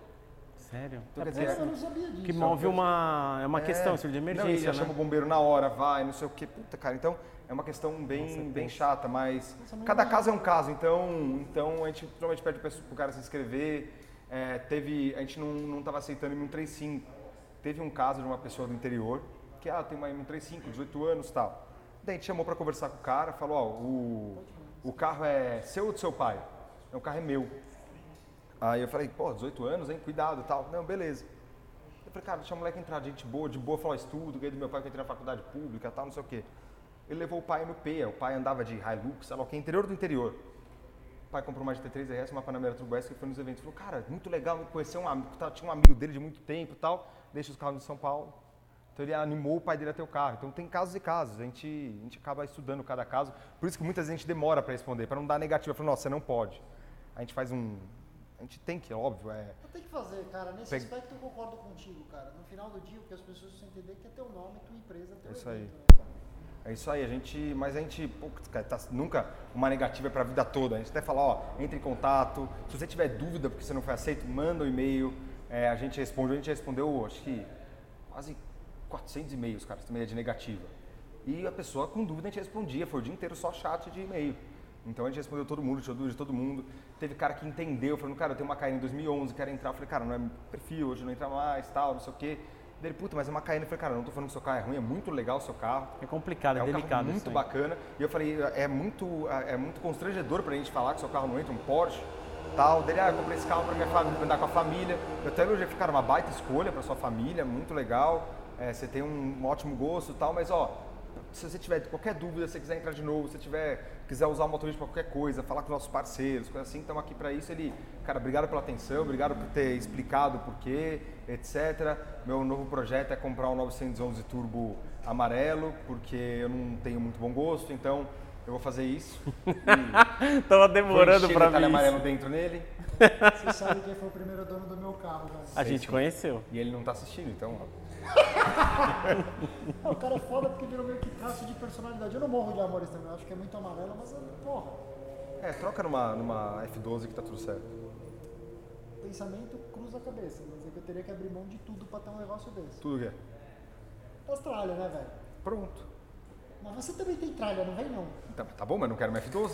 Sério? É Então, quer Mas dizer, eu não sabia disso. Que move uma. É uma questão, isso de não, e já emergência. chama o né? bombeiro na hora, vai, não sei o que. Puta, cara, então é uma questão bem, bem chata, mas mas cada não- caso é um caso. Então, então a gente normalmente pede pro pessoa- pro cara se inscrever. É, teve, a gente não, não tava aceitando M135. Teve um caso de uma pessoa do interior que, ah, tem uma M135, 18 anos e tal. Daí a gente chamou para conversar com o cara, falou, ó, o, o carro é seu ou do seu pai? O carro é meu. Aí eu falei, pô, 18 anos, hein? Cuidado e tal. Não, beleza. Eu falei, cara, deixa o moleque entrar, gente boa, de boa, falar estudo, ganhei do meu pai que eu entrei na faculdade pública e tal, não sei o quê. Ele levou o pai MP, o pai andava de Hilux, sei lá o que, interior do interior. O pai comprou uma GT3 RS, uma Panamera Turbo S, que foi nos eventos. Falou, cara, muito legal, conhecer um amigo, tá, tinha um amigo dele de muito tempo e tal, deixa os carros em São Paulo. Então ele animou o pai dele a ter o carro. Então tem casos e casos, a gente, a gente acaba estudando cada caso. Por isso que muitas vezes a gente demora para responder, para não dar negativa, falando, nossa, você não pode. A gente faz um... A gente tem que, óbvio, é... Não tem que fazer, cara. Nesse Pega- aspecto eu concordo contigo, cara. No final do dia, o que as pessoas precisam entender é que é teu nome, tua empresa, teu É isso aí. evento, né, cara? É isso aí, a gente, mas a gente, pô, cara, tá- nunca uma negativa é pra vida toda. A gente até fala, ó, entre em contato. Se você tiver dúvida porque você não foi aceito, manda um e-mail. É, a gente responde. A gente respondeu, acho que quase 400 e-mails, cara, também é de negativa. E a pessoa com dúvida a gente respondia, foi o dia inteiro só chat de e-mail. Então a gente respondeu todo mundo, tirou dúvida de todo mundo. Teve cara que entendeu, falando, cara, eu tenho uma KN em 2011, quero entrar. Eu falei, cara, não é meu perfil, hoje não entra mais, tal, não sei o quê. Daí ele, puta, mas é uma KN. Eu falei, cara, não tô falando que seu carro é ruim, é muito legal o seu carro. É complicado, é, É um carro delicado. muito isso aí. bacana. E eu falei, é muito, é muito constrangedor pra gente falar que seu carro não entra, um Porsche, tal. Dele, ah, eu comprei esse carro pra minha família, pra andar com a família. Eu até hoje ficar uma baita escolha pra sua família, muito legal. É, você tem um ótimo gosto e tal, mas ó, se você tiver qualquer dúvida, se você quiser entrar de novo, se você tiver, quiser usar o motorista pra qualquer coisa, falar com nossos parceiros, coisa assim, estamos aqui pra isso. Ele, cara, obrigado pela atenção, obrigado por ter explicado o porquê, etc. Meu novo projeto é comprar um 911 Turbo amarelo, porque eu não tenho muito bom gosto, então eu vou fazer *laughs* isso. Tava Vou demorando encher pra detalhe mim. amarelo isso. dentro nele Você sabe quem foi o primeiro dono do meu carro, cara. A gente conheceu. e ele não tá assistindo, então. ó. Ah, O cara é foda porque virou meio que traço de personalidade. Eu não morro de amores também, eu acho que é muito amarelo, mas porra, É, troca numa, numa F12 que tá tudo certo. pensamento cruza a cabeça. Mas é que eu teria que abrir mão de tudo pra ter um negócio desse. Tudo que é. Das tralhas, né, velho? Pronto. Mas você também tem tralha, não vem não. Tá, tá bom, mas não quero uma F12.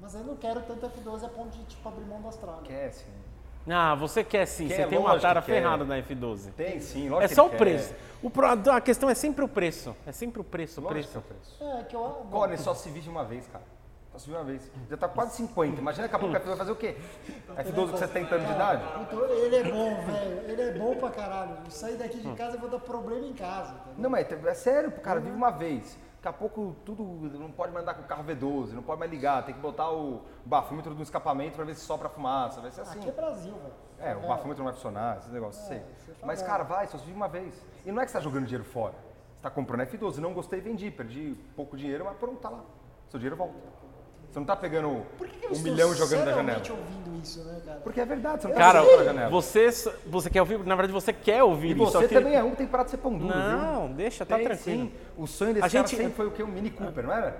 Mas eu não quero tanto F12 a ponto de, tipo, abrir mão das tralhas. Quer sim. Ah, você quer sim, Quer, você tem uma lógico tara que quer. ferrada na F12. Tem sim, É lógico. que só ele o quer. preço. O pro- a questão é sempre o preço. É sempre o preço, o Lógico que preço. é o preço. É, que eu... bom, Cone só se vige uma vez, cara. Só se vige uma vez. Já tá quase 50. Imagina daqui a *laughs* pouco a F12 vai fazer o quê? F12 com 70 anos de idade? Puta, ele é bom, velho. Ele é bom pra caralho. Eu sair daqui de casa eu vou dar problema em casa. entendeu? Não, mas é sério, cara, Uhum. vive uma vez. Daqui a pouco tudo não pode mais andar com o carro V12, não pode mais ligar, tem que botar o bafômetro do escapamento pra ver se sopra fumaça, vai ser assim. Aqui é Brasil, velho. É, o bafômetro não vai funcionar, esses negócios, É, sei. Mas, cara, vai, só se vive uma vez. E não é que você tá jogando dinheiro fora. Você tá comprando F12, não gostei, vendi, perdi pouco dinheiro, mas pronto, tá lá. Seu dinheiro volta. Você não tá pegando Por que, que eu um estou milhão e jogando da janela. seriamente ouvindo isso, né, cara? Porque é verdade, você não Cara, pode jogar pela janela. você, você quer ouvir? Na verdade, você quer ouvir E isso. só você que- também é um que tem que parar de ser pão duro, viu? Não, deixa, tá Tem, tranquilo. Sim. O sonho desse A cara gente- sempre foi o quê? Um Mini Cooper, não era?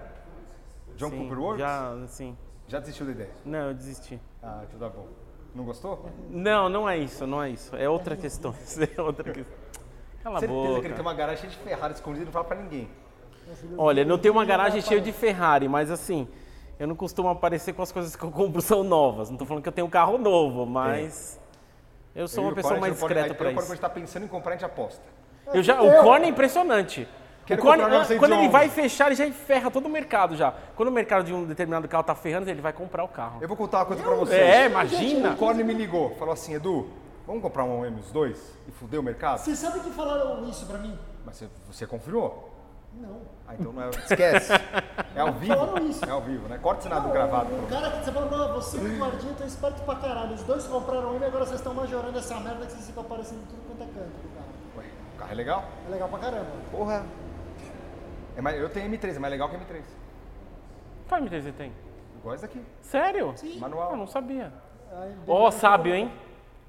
John Sim, Cooper Works? Já... Já, sim. desistiu da ideia? Não, eu desisti. Ah, então tá bom. Não gostou? Não, não é isso, não é isso. É outra questão. *laughs* Isso é outra questão. Cala a Certeza que ele tem boca. uma garagem cheia de Ferrari escondida e não fala pra ninguém. Olha, não tem uma garagem cheia de Ferrari, mas assim, eu não costumo aparecer com as coisas que eu compro são novas. Não tô falando que eu tenho um carro novo, mas Eu sou e uma É. o pessoa mais Corinthians não pode- discreta aí, para Quando a isso. gente tá pensando em comprar, a gente aposta. Eu já, o Eu- Corner é impressionante. Quero o Corner, comprar um 911. quando ele vai fechar, ele já enferra todo o mercado já. Quando o mercado de um determinado carro tá ferrando, ele vai comprar o carro. Eu vou contar uma coisa pra vocês. É, imagina. O Corne me ligou, falou assim, Edu, vamos comprar um M2 e fudeu o mercado? Você sabe que falaram isso pra mim? Mas você, você confirmou? Não. Ah, então não é. *laughs* Esquece. É ao vivo. Falaram isso. É ao vivo, né? Corta o Não, senado gravado. O pronto. cara que você falou, não, você e o Guardinha estão espertos pra caralho. Os dois compraram um e agora vocês estão majorando essa merda que vocês ficam aparecendo em tudo quanto é canto do carro. Ué, o carro é legal? É legal pra caramba. Porra. É mais, eu tenho M3, é mais legal que M3. Qual M3 você tem? Igual esse daqui. Sério? Eu Manual. não sabia. Aí, Ó, sábio, hein?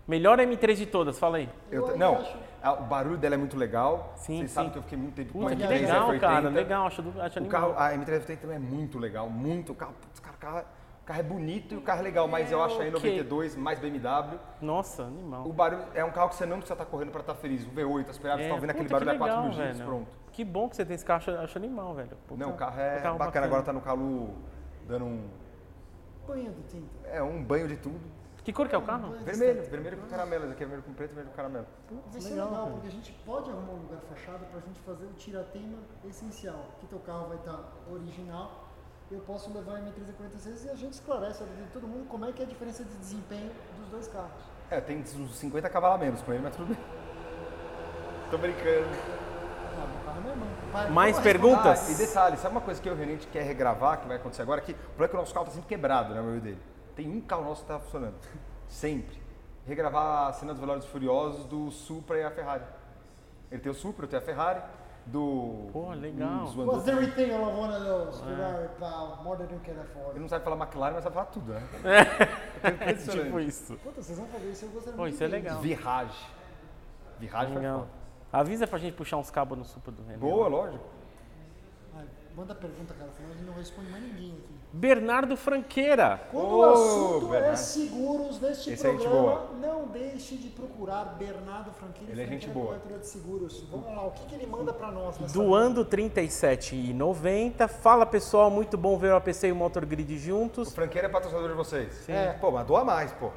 Melhor M3 de todas, fala aí. Eu te- Eu não, acho- a- o barulho dela é muito legal. Sim, Vocês sim. sabem que eu fiquei muito tempo Puta, com a que M3 legal, F80. cara. Legal, tá acho, acho O animal. carro, a M3 também é muito legal, muito. O carro, putz, cara, o carro, o carro é bonito e o carro é legal, mas eu acho a E92 mais BMW. Nossa, O animal. barulho é um carro que você não precisa estar correndo para estar feliz. O V8, as pegadas, É, você tá ouvindo aquele puta, que barulho a 4 mil legal, giros, velho. pronto. Que bom que você tem esse carro, acho, acho animal, velho. Puta, não, o carro é um carro bacana. agora tá no calo dando um, Banho de tinta. é, um banho de tudo. Que cor que *laughs* é o carro? Vermelho, vermelho com caramelo, esse aqui é vermelho com preto, vermelho com caramelo. Vai ser é legal, porque a gente pode arrumar um lugar fechado pra gente fazer o tiratema essencial. Que teu carro vai estar original. Eu posso levar a M346 e a gente esclarece a vida de todo mundo como é que é a diferença de desempenho dos dois carros. É, tem uns 50 cavalos a menos com ele, mas tudo bem. *laughs* Tô brincando. Ah, meu carro é meu irmão. Vai- Mais vamos perguntas? Ah, e detalhe, sabe uma coisa que eu e o Renê, a gente quer regravar, que vai acontecer agora? Que o problema é que o nosso carro tá sempre quebrado, né, o meu e dele. Tem um carro nosso que tá funcionando. *laughs* Sempre. Regravar a cena dos Velozes e Furiosos do Supra e a Ferrari. Ele tem o Supra, eu tenho a Ferrari. Do... Pô, legal. um zoando- Was there anything on one of those É. Ferrari pal, more than you can afford? Ele não sabe falar McLaren, mas sabe falar *laughs* tudo, né? É tipo isso. Puta, vocês vão fazer isso, eu gostaria Pô, muito isso é de ver. legal. Virage. Virage foi Legal. foda. Avisa pra gente puxar uns cabos no Supra do Renan. Boa, lógico. Ai, manda pergunta, cara, senão a gente não responde mais ninguém aqui. Bernardo Franqueira. Quando Ô, o assunto é Bernardo. seguros neste Esse é gente programa, não deixe de procurar Bernardo Franquini, Ele é gente boa. corretora de seguros. Vamos lá, o que, que ele manda pra nós? nessa- Doando 37,90. Fala pessoal, muito bom ver o APC e o Motor Grid O juntos. Franqueira é patrocinador de vocês. Sim. Pô, mas doa mais, pô.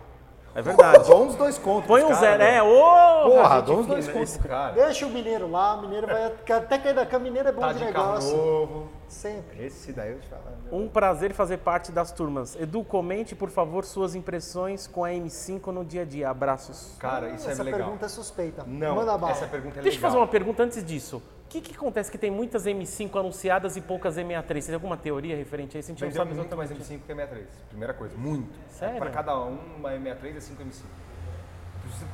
É verdade. Dou uns dois contos. Põe um pros zero, caras, é. velho. Ô! Porra, gente dou uns dois fina, contos, pro *laughs* cara. Deixa o mineiro lá, o mineiro vai até cair da cama, mineiro é bom Tá de, de carro negócio. novo. Sempre. Esse daí eu te falo. meu. Um prazer fazer parte das turmas. Edu, comente, por favor, suas impressões com a M5 no dia a dia. Abraços. Cara, isso Essa é legal. pergunta é suspeita. Não, Manda bala. essa pergunta é legal. Deixa eu fazer uma pergunta antes disso. O que, que acontece que tem muitas M5 anunciadas e poucas M63? Você tem alguma teoria referente a isso? A gente não Vendeu sabe muito mais exatamente. M5 que M63. Primeira coisa, muito. Sério? Para cada um, uma M63 é 5 M5.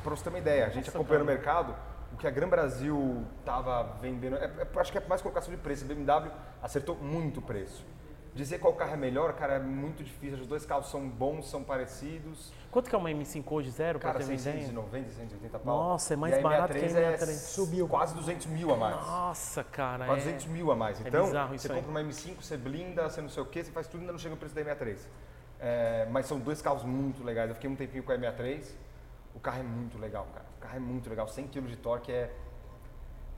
Para você ter uma ideia, a gente acompanhou no mercado, o que a Gran Brasil tava vendendo, é- é- acho que é mais colocação de preço. A BMW acertou muito o preço. Dizer qual carro é melhor, cara, é muito difícil. Os dois carros são bons, são parecidos. Quanto que é uma M5 hoje? Zero, pra Cara, ter uma ideia? 690, 680 pau. Nossa, é mais e a barato que a M63 é M63. Subiu. Quase 200 mil a mais. Nossa, cara. Quase é- 200 mil a mais. Então, bizarro isso você aí. compra uma M5, você blinda, você não sei o que, você faz tudo e ainda não chega no preço da M63. É, mas são dois carros muito legais. Eu fiquei um tempinho com a M63. O carro é muito legal, cara. O carro é muito legal. 100 kg de torque é.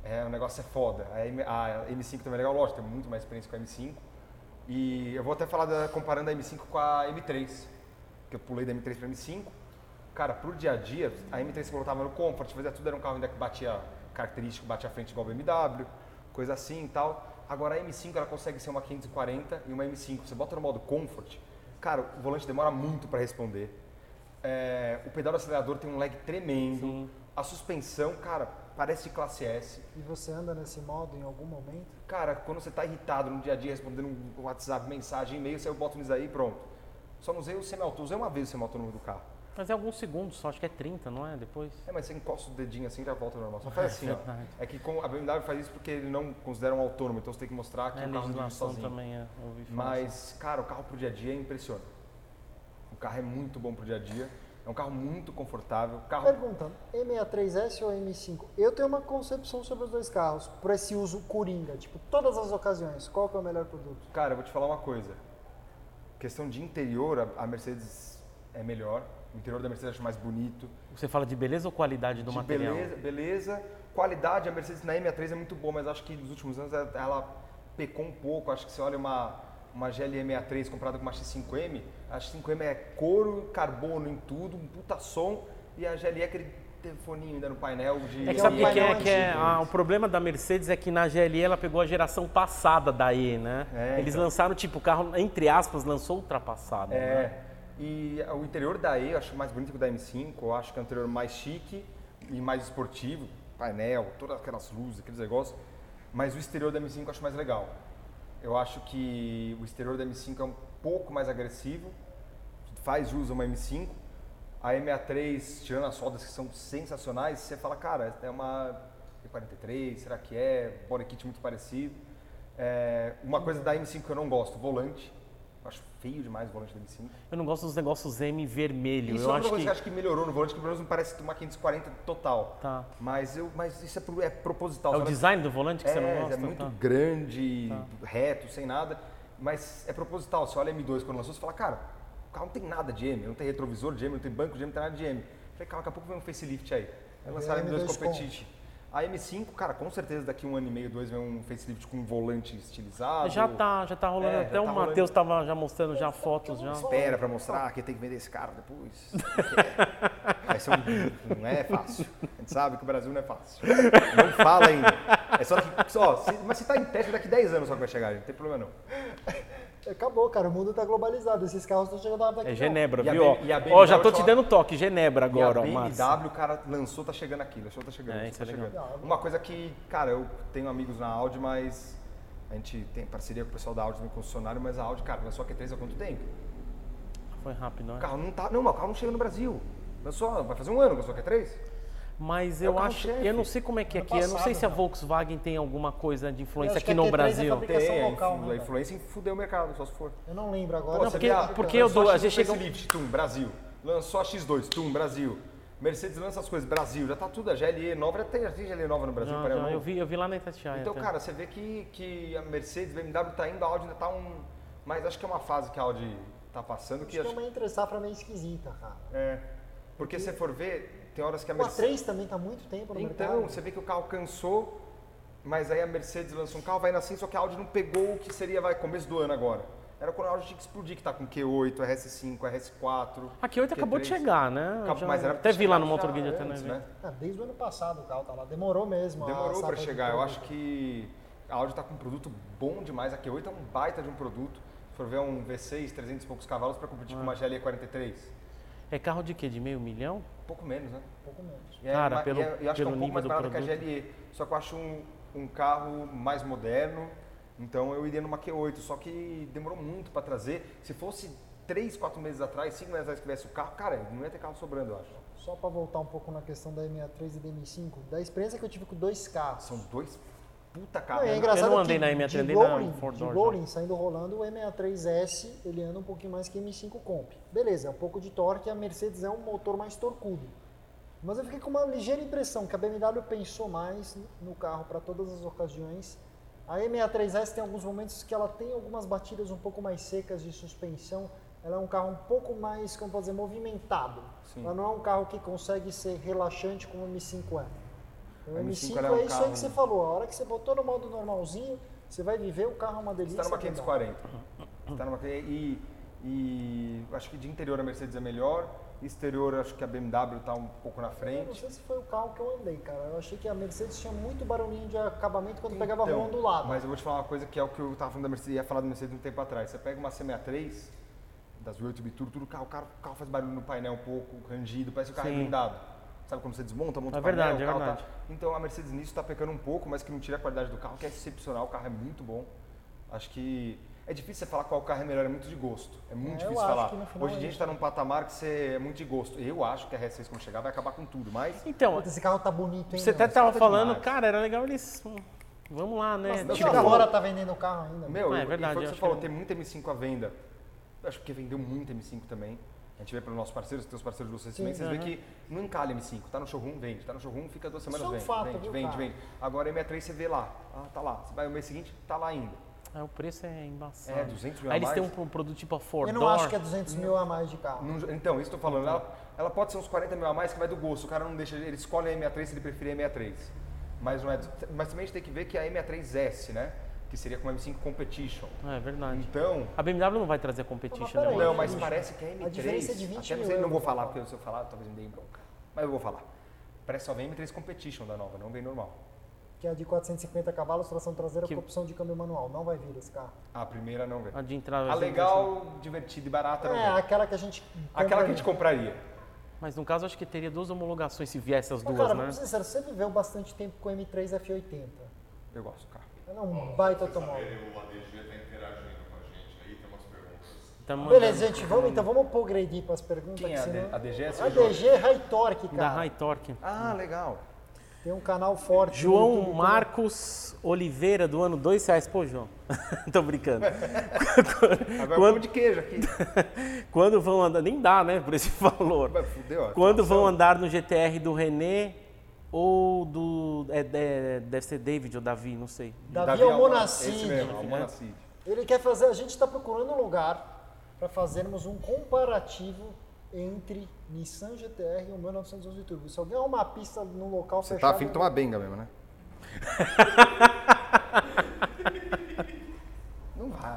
É, o negócio é foda. A, M, a M5 também é legal, lógico, tem muito mais experiência com a M5. E eu vou até falar da- comparando a M5 com a M3, que eu pulei da M3 para M5. Cara, pro dia a dia, a M3 você colocava no Comfort, fazia tudo, era um carro ainda que batia característico, batia a frente igual a BMW, coisa assim e tal. Agora a M5 ela consegue ser uma 540 e uma M5. Você bota no modo Comfort, cara, o volante demora muito para responder. É, o pedal do acelerador tem um lag tremendo. A suspensão, cara, parece classe S. E você anda nesse modo em algum momento? Cara, quando você tá irritado no dia a dia, respondendo um WhatsApp, mensagem, e-mail, você bota nisso aí e pronto. Só não usei o semi-autônomo, usei uma vez o semi-autônomo do carro. Mas é alguns segundos só, acho que é 30, não é? Depois. É, mas você encosta o dedinho assim e já volta ao normal. Só faz assim, ó. É que com- a BMW faz isso porque ele não considera um autônomo, então você tem que mostrar que É, o carro não dirige legislação um sozinho. também, é. Ouvi falar sobre. Mas, cara, o carro pro dia a dia impressiona. O carro é muito bom pro dia a dia. É um carro muito confortável. O carro Pergunta, M63S ou M5? Eu tenho uma concepção sobre os dois carros, por esse uso coringa, tipo, todas as ocasiões, qual que é o melhor produto? Cara, eu vou te falar uma coisa. Questão de interior, a- a Mercedes é melhor. O interior da Mercedes eu acho mais bonito. Você fala de beleza ou qualidade do de material? beleza, beleza. Qualidade, a Mercedes na M3 é muito boa, mas acho que nos últimos anos ela- ela pecou um pouco. Acho que você olha uma, uma GLM63 comparada com uma X5M, a X5M é couro, carbono em tudo, um puta som. E a GLE, aquele telefoninho ainda no painel de. É que é sabe um por que é? painel que é? antigo, Ah, o problema da Mercedes é que na GLE ela pegou a geração passada da E, né? É, Eles então. lançaram, tipo, o carro, entre aspas, lançou ultrapassado. né? É, e o interior da E eu acho mais bonito que o da M5, eu acho que é um interior mais chique e mais esportivo, painel, todas aquelas luzes, aqueles negócios, mas o exterior da M5 eu acho mais legal. Eu acho que o exterior da M5 é um pouco mais agressivo, faz uso uma M5, a M63, tirando as soldas que são sensacionais, você fala, cara, é uma E43, será que é? Body kit muito parecido. É, uma coisa da M5 que eu não gosto, volante. Eu acho feio demais o volante da M5. Eu não gosto dos negócios M vermelho. Isso é eu uma acho coisa que... que. eu acho que melhorou no volante, que pelo menos não parece uma 540 total. Tá. Mas, eu, mas isso é, pro- é proposital. É o sabe? design do volante que é, você não gosta? é muito tá? grande, reto, sem nada. Mas é proposital. Você olha a M2 quando lançou, você fala, cara, o carro não tem nada de M, não tem retrovisor de M, não tem banco de M, não tem nada de M. Eu falei, calma, daqui a pouco vem um facelift aí. Aí lançaram a Vem a M2 M2 com. Competition. A M5, cara, com certeza daqui um ano e meio, dois, vem um facelift com um volante estilizado. Já tá, já tá rolando. É, já Até tá o rolando. Matheus tava já mostrando já fotos já. Espera Então, pra mostrar que tem que vender esse carro depois. Vai ser um, não é fácil. A gente sabe que o Brasil não é fácil. Não fala ainda. É só que, só, se- mas se tá em teste daqui 10 anos só que vai chegar, gente. não tem problema não. Acabou, cara. O mundo tá globalizado. Esses carros estão chegando daqui. É não. Genebra, E a viu? B- Ó, e a Ó, já BMW tô te só- dando toque, Genebra agora, ó, e a BMW, Márcio. o cara lançou, tá chegando aqui, lançou, tá chegando, É, lançou, isso tá é legal. chegando. Uma coisa que, cara, eu tenho amigos na Audi, mas a gente tem parceria com o pessoal da Audi no concessionário, mas a Audi, cara, lançou a Q3 há quanto tempo? Foi rápido, O né? carro não tá, não, mas o carro não chega no Brasil. Lançou, vai fazer um ano que lançou a Q3? Mas É o eu carro acho, chefe. eu não sei como é que é Ano aqui, eu não sei passado, se a né? Volkswagen tem alguma coisa de influência acho que aqui a no T3 é Brasil. fabricada Aplicação Tem, a, local, influ- né, a influência em fudeu o mercado, só se for. Eu não lembro agora. Pô, Não, você porque- vê a- porque eu lançou dou- a a gente chega- um Facelift, tum, Brasil. Lançou a X2, tum, Brasil. Mercedes lança as coisas, Brasil. Já tá tudo, a GLE nova, já tem, já tem GLE nova no Brasil, Já, painel já, novo. eu, vi, né, tá. eu vi lá na Itatiaia. Então, até. cara, você vê que, que a Mercedes, BMW tá indo, a Audi ainda tá um... Mas acho que é uma fase que a Audi tá passando que... Acho que é Acho, uma entre-safra meio esquisita, cara. é, porque se você for ver, tem horas que a O Mercedes... A3 também tá muito tempo no É, Então, mercado. você vê que o carro cansou, mas aí a Mercedes lançou um carro, vai nascer, só que a Audi não pegou o que seria, vai, começo do ano agora. Era quando a Audi tinha que explodir, que tá com Q8, RS5, RS4... A Q8 acabou de Q3. chegar, né? Acabou, Já- mas era pra até vi lá no chegar Motor já é, Guide até né? antes, vi. Ah, desde o ano passado o carro tá lá. Demorou mesmo. a Demorou safra pra de chegar. Eu produto. acho que a Audi tá com um produto bom demais. A Q8 é um baita de um produto. Se for ver um V6, 300 e poucos cavalos pra competir Ah. com uma GLE 43, É carro de quê? De meio milhão? um pouco menos, né? Um pouco menos. E é Cara, uma- pelo- e é- eu acho que é pelo um pouco nível mais do barato que a produto. GLE. Só que eu acho um, um carro mais moderno. Então eu iria numa Q8. Só que demorou muito pra trazer. Se fosse 3, 4 meses atrás, 5 meses atrás que tivesse o carro, cara, não ia ter carro sobrando, eu acho. Só pra voltar um pouco na questão da M63 e da M5, da experiência que eu tive com dois carros. São dois puta Não, carros. e é né? engraçado eu não andei que na M63, de andei na rolling, Ford de Doors, rolling saindo rolando, o M63S ele anda um pouquinho mais que o M5 Comp. Beleza, é um pouco de torque, a Mercedes é um motor mais torcudo. Mas eu fiquei com uma ligeira impressão que a BMW pensou mais no carro para todas as ocasiões. A M63S tem alguns momentos que ela tem algumas batidas um pouco mais secas de suspensão. Ela é um carro um pouco mais, como posso dizer, movimentado. Sim. Ela não é um carro que consegue ser relaxante como o M5 é. O A M5 M5 é, ela é um isso aí carro- que você falou. A hora que você botou no modo normalzinho, você vai viver o carro é uma Você delícia. está numa de andar. 540. Você tá numa que- e, e eu acho que de interior a Mercedes é melhor, exterior eu acho que a BMW está um pouco na Eu não frente. sei se foi o carro que eu andei, cara. Eu achei que a Mercedes tinha muito barulhinho de acabamento quando pegava a Então, rua ondulada. Mas eu vou te falar uma coisa que é o que eu estava falando da Mercedes, ia falar da Mercedes um tempo atrás. Você pega uma C63, das 8 Bitur, tudo carro, o carro, o carro faz barulho no painel um pouco, rangido, parece que o carro é Sim. blindado. Sabe quando você desmonta, monta É o painel, verdade, o é carro tá- verdade. Então a Mercedes nisso está pecando um pouco, mas que não tira a qualidade do carro, que é excepcional, o carro é muito bom. Acho que é difícil você falar qual carro é melhor, é muito de gosto. É muito É, eu difícil acho falar. que no final Hoje em dia a é gente está num patamar que você é muito de gosto. Eu acho que a R6 quando chegar vai acabar com tudo, mas Então, Puta, esse carro tá bonito, hein? você até meu? tava tá falando, demais. cara, era legal eles. hum, Vamos lá, né? Nem Não, lá tá fora tá vendendo o carro ainda. meu. meu, É, é, é verdade, foi o eu que acho você falou, que tem muita M5 à venda. Eu acho que vendeu muito M5 também. A gente vê pelos nossos parceiros, tem os parceiros de vocês também, vocês veem que não encalha M5, tá no showroom, vende, tá no showroom, fica duas semanas, é um vende, fato, vende, viu, vende, cara? vende. Agora M3 você vê lá, ah, tá lá. Você vai o mês seguinte, tá lá ainda. Ah, o preço é embaçado. É, 200 mil a Aí eles têm um mais. pro- produto tipo a Ford Eu não Door. acho que é 200 mil a mais de carro. Não- então, isso que eu tô falando. Ela, ela pode ser uns 40 mil a mais que vai do gosto. O cara não deixa. Ele escolhe a M63 se ele preferir a M63. Mas, não é, mas também a gente tem que ver que é a M63S, né? Que seria com a M5 Competition. É verdade. Então. A BMW não vai trazer competition, Não, mas né? peraí. Não, mas parece que a M3. A diferença é de 20 até não mil sei, não vou euros, falar, então. porque se eu falar, talvez me dê bronca. Mas eu vou falar. Parece que só vem M3 Competition da nova, não vem normal. Que é de 450 cavalos, tração traseira Que- com opção de câmbio manual. Não vai vir esse carro. A primeira não vem. A Ah, de entrada. Ah, A assim. é legal, divertida e barata não É, vem. aquela que a gente. Aquela que compraria. a gente compraria. Mas no caso, acho que teria duas homologações se viesse as Mas, duas, cara, né? vamos ser sinceros, você viveu bastante tempo com o M3 F80. Eu gosto do carro. Ela é um baita automóvel. Saber, o ADG está interagindo com a gente aí, tem umas perguntas. Tá mandando. Beleza, gente, vamos então, vamos progredir para as perguntas. Quem é que a senão- D- a DGS? A DG High Torque, Da cara. High Torque. Ah, legal. Tem um canal forte. no João YouTube. Marcos Oliveira, do ano dois reais. Pô, João, *laughs* tô brincando. Agora Quando- pão de queijo aqui. Quando vão andar, nem dá, né, por esse *laughs* valor. Vai, Fudeu, ó. Quando vão andar no GTR do René ou do. é, é, deve ser David ou Davi, não sei. Davi Almonacid. Esse mesmo, Almonacid. Ele quer fazer. A gente está procurando um lugar para fazermos um comparativo entre Nissan GTR e o 1911 Turbo. Se alguém arrumar uma pista num local Você tá fechado, afim de eu- tomar benga mesmo, né? *laughs* não vai.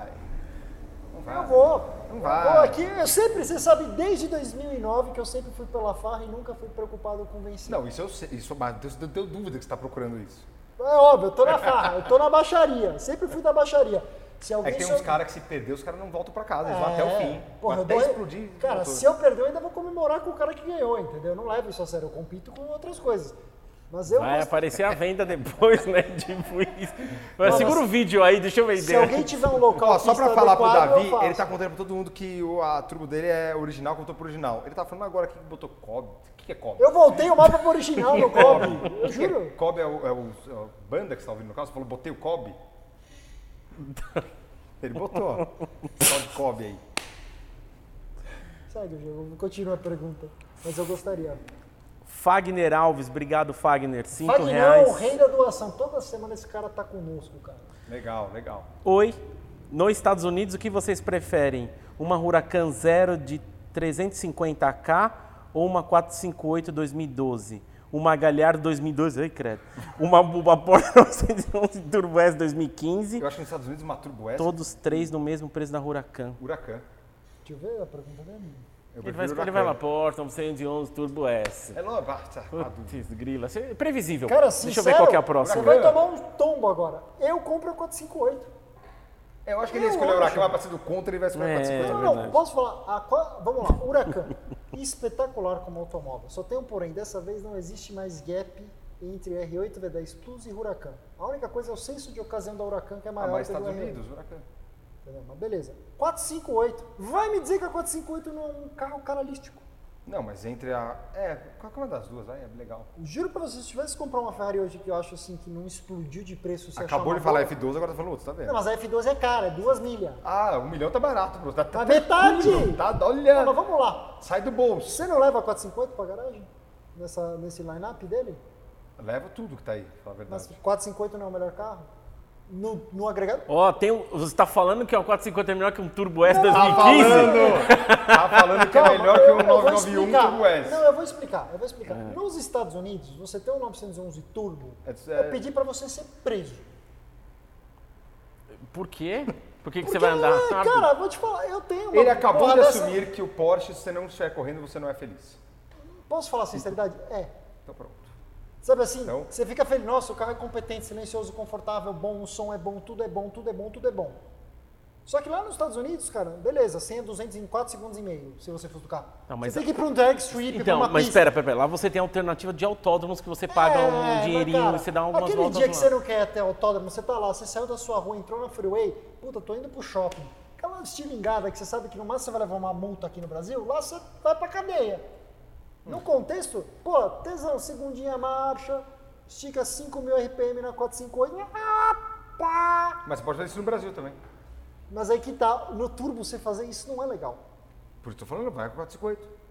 Não vai. Eu vou. Não Eu vai. vou aqui, eu sempre, você sabe, desde 2009 que eu sempre fui pela farra e nunca fui preocupado com vencer. Não, isso eu sei. Isso, mas eu tenho- tenho dúvida que você tá procurando isso. É óbvio, eu tô na farra, eu tô na baixaria, sempre fui da baixaria. Se É alguém que tem sou- uns caras que se perder, os caras não voltam pra casa, eles vão É, até o fim. porra, eu até dou- explodir. Cara, motor. se eu perder, eu ainda vou comemorar com o cara que ganhou, entendeu? Eu não levo isso a sério, eu compito com outras coisas. Mas eu Vai gosto- aparecer a venda *laughs* depois, né? Tipo isso. Vai, Não, segura mas- o vídeo aí, deixa eu vender. se alguém tiver um local. Ó, só pra pista falar pro adequado, eu Davi, faço. ele tá contando pra todo mundo que o, a turbo dele é original com o topo original. Ele tá falando agora que botou Cobb. O que, que é Cobb? Eu voltei o mapa pro original do Kobe, eu O que que é- juro. Cobb é o, é o- é o banda que você tá ouvindo no caso? Você falou, botei *laughs* o Cobb? Ele botou. Só de Cobb aí. Segue o jogo, continua a pergunta. Mas eu gostaria. Fagner Alves, obrigado, Fagner. Cinco Fagnão, reais. o rei da doação. Toda semana esse cara tá conosco, cara. Legal, legal. Oi, nos Estados Unidos, o que vocês preferem? Uma Huracan Zero de 350K ou uma 458 2012? Uma Galhardo 2012, ai credo. Uma Buba Porsche *laughs* 911 Turbo S 2015. Eu acho que nos Estados Unidos uma Turbo S, Todos três no mesmo preço da Huracan. Huracan. Deixa eu ver a pergunta dele. Eu Ele prefiro vai escolher, vai Huracan. lá, Porsche 911 Turbo S. É logo, ah, tá, tá duro. Putz, grila. Isso é Previsível. Cara, Deixa eu sincero, ver qual que é a Você próxima. vai tomar um tombo agora. Eu compro a 458. É, Eu acho Ah, que ele ia Eu escolher o acho. Huracan, mas pra ser do contra, ele vai escolher É. a 450. Não, não, não, verdade. posso falar? A qua- Vamos lá, Huracan. *laughs* Espetacular como automóvel. Só tem um porém, dessa vez não existe mais gap entre R8 V10 Plus e Huracan. A única coisa é o senso de ocasião da Huracan que é Ah, maior mas que o do Estados R8. Unidos, Huracan. Entendeu? Mas beleza. 458. Vai me dizer que a 458 não é um carro canalístico. Não, mas entre a... É, qualquer uma das duas, aí é legal. Juro pra você, se tivesse que comprar uma Ferrari hoje que eu acho assim que não explodiu de preço, você achar Acabou uma de falar boa- F12, agora tá falando outro, tá vendo? Não, mas a F12 é cara, é duas milhas. Ah, um milhão tá barato, bro. Tá, Tá tá, metade! tá Não, mas olha, vamos lá. sai do bolso. Você não leva a 450 pra garagem? Nessa, nesse line-up dele? Leva tudo que tá aí, pra falar a Mas verdade. 450 não é o melhor carro? No, no agregado? Ó, tem um, você tá falando que o 450 é melhor que um Turbo S Tá 2015? falando! tá falando que é melhor que eu- um eu vou 991 explicar. Turbo S. Não, eu vou explicar, eu vou explicar. Nos Estados Unidos, você tem um 911 Turbo, É- é- eu pedi pra você ser preso. Por quê? Por que, que Porque, você vai andar é, rápido? Cara, vou te falar, eu tenho uma assim. Ele acabou porra de dessa- assumir que o Porsche, se você não estiver correndo, você não é feliz. Posso falar sinceridade? É. Então pronto. Sabe assim, Então- você fica feliz, nossa, o carro é competente, silencioso, confortável, bom, o som é bom, tudo é bom, tudo é bom, tudo é bom. Só que lá nos Estados Unidos, cara, beleza, 100 a 200 em 4 segundos e meio, se você fosse do carro. Não, mas você a- tem que ir pra um drag strip, pra Então, uma mas pista. espera, espera, lá você tem a alternativa de autódromos que você paga É, um mas, dinheirinho cara, e você dá umas Aquele voltas dia que lá. você não quer até o autódromo, você tá lá, você saiu da sua rua, entrou na freeway, puta, tô indo pro shopping. Aquela estilingada que você sabe que no máximo você vai levar uma multa aqui no Brasil, lá você vai pra cadeia. No contexto, pô, tesão, segundinha marcha, estica 5 mil RPM na 458, ah, pá! Mas você pode fazer isso no Brasil também. Mas aí que tá, no turbo você fazer isso não é legal. Por isso que eu tô falando, vai com 458.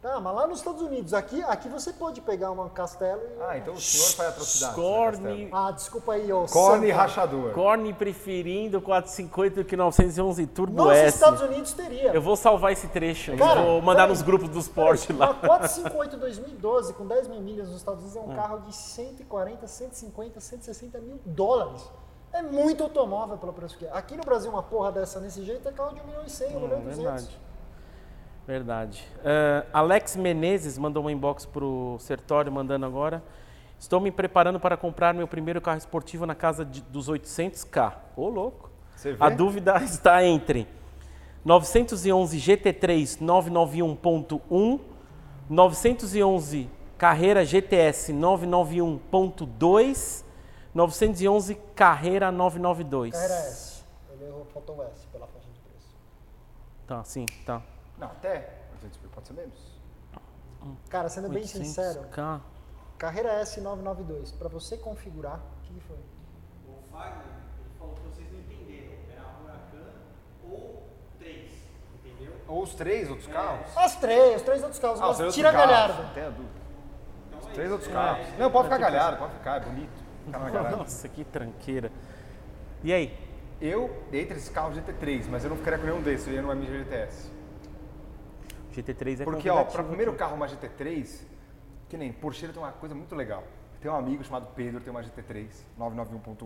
Tá, mas lá nos Estados Unidos, aqui, aqui você pode pegar uma castelo e... Ah, então o senhor faz atrocidade. Corne, Ah, desculpa aí, ô. Corne santa. rachador. Corne preferindo 450 do que 911 Turbo Nos S. Estados Unidos teria. Eu vou salvar esse trecho, tá Cara, vou mandar peraí, nos grupos dos Porsche Uma lá. 458 2012 com 10 mil milhas nos Estados Unidos é um Hum. carro de 140, 150, 160 mil dólares. É muito um Hum, automóvel pelo preço que é. Aqui no Brasil, uma porra dessa nesse jeito é carro de 1 milhão e 100, 1 milhão e 200. verdade. Verdade. Ah, Alex Menezes mandou um inbox pro Sertório, mandando agora. Estou me preparando para comprar meu primeiro carro esportivo na casa de- dos 800k. Ô, louco. Você vê? A dúvida *laughs* está entre 911 GT3 991.1, 911 Carreira GTS 991.2, 911 Carreira 992. Carreira S. Ele errou, faltou o S pela faixa de preço. Tá, sim, tá. Não, até 800 mil, pode ser menos. Cara, sendo bem 800K. sincero, Carreira S992, para você configurar, o que que foi? O Fagner, ele falou que vocês não entenderam. Era Huracan ou 3, entendeu? Ou os três outros carros? As três, os três outros carros, Ah, os três mas tira a outros carros, galharda. Não tem a dúvida. Os três outros carros. Não, pode ficar galhardo, pode ficar, é bonito. Ficar na galharda. Nossa, que tranqueira. E aí? Eu, entre esses carros GT3, mas eu não ficaria com nenhum desses, eu ia no MG GTS. Então um GT3 é Porque, ó, para convidativo. primeiro carro uma GT3, que nem Porsche tem uma coisa muito legal. Tem um amigo chamado Pedro, tem uma GT3, 991.1.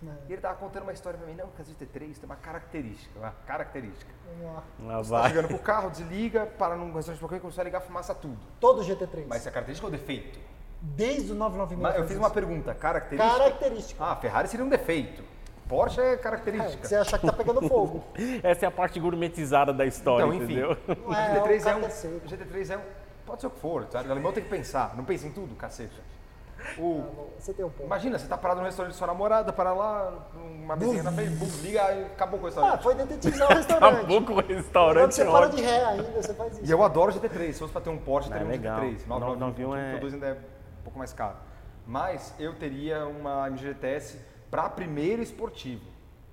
Né, E ele tava contando uma história pra mim, não, que a GT3 tem uma característica, uma característica. Vamos lá. Lá Você tá Ah, vai. chegando pro carro, desliga, para num restaurante qualquer e começa a ligar fumaça tudo. Todo GT3. Mas se a característica é o defeito. Desde o 996. Mas eu fiz uma pergunta, característica? Característica. Ah, Ferrari seria um defeito. Porsche é característica. É, você achar que tá pegando fogo. Essa é a parte gourmetizada da história, Então, enfim. entendeu? O Não é, GT3 é é um um. cacete. o GT3 é um. Pode ser o que for, sabe? O alemão tem que pensar. Não pensa em tudo, cacete. O- Você tem um ponto. imagina, você tá parado no restaurante da sua namorada, para lá, uma mesinha na frente, bum, liga e acabou com o Ah, restaurante. foi *laughs* tá detetizar o restaurante. Acabou com o Quando restaurante você para ótimo. de ré ainda, você faz E isso. eu adoro GT3. Se fosse pra ter um Porsche, Não, teria um é legal. GT3. 991 991 é- é... ainda é um pouco mais caro. Mas eu teria uma MGTS para primeiro esportivo.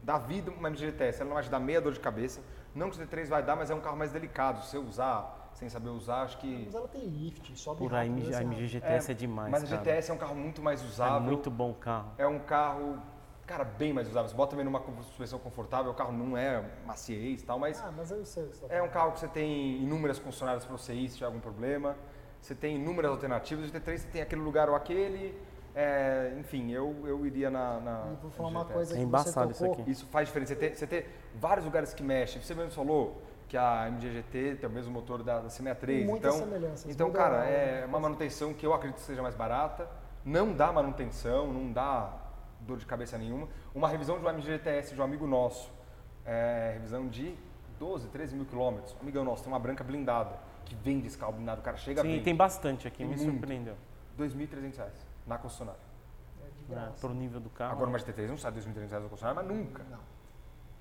Da vida, uma MGTS. Ela não vai te dar meia dor de cabeça. Não que o GT3 vai dar, mas é um carro mais delicado. Se você usar sem saber usar, acho que... Mas ela tem lift, sobe Por a rápido, assim, MG, desce a rápido. MG GTS é, demais, assim, Mas cara. a GTS é um carro muito mais é usável. muito bom o carro. É um carro, cara, bem mais usável. Você bota também numa suspensão confortável, o carro não é maciez e tal, mas Ah, mas eu sei o que você tá é um carro que você tem inúmeras concessionárias para você ir se tiver algum problema. Você tem inúmeras alternativas. O GT3 você tem aquele lugar ou aquele. É, enfim, eu, eu iria na. na E vou falar uma GTS. coisa É que você embaçado tocou. isso aqui. Isso faz diferença. Você ter, você ter vários lugares que mexem. Você mesmo falou que a MGGT tem o mesmo motor da, da C63. Muitas então, semelhanças, né? então muda cara, a- é uma manutenção que eu acredito que seja mais barata. Não dá manutenção, não dá dor de cabeça nenhuma. Uma revisão de um MGGTS de um amigo nosso, é, revisão de 12, 13 mil quilômetros. Um amigão nosso tem uma branca blindada, que vende esse carro blindado. O cara chega Sim, vende. tem bastante aqui, Tem me muito. surpreendeu. 2.300 reais na concessionária. É Ah, de Né? graça. Pro nível do carro. Agora uma GT3 não sai 2.300 reais na concessionária, mas nunca.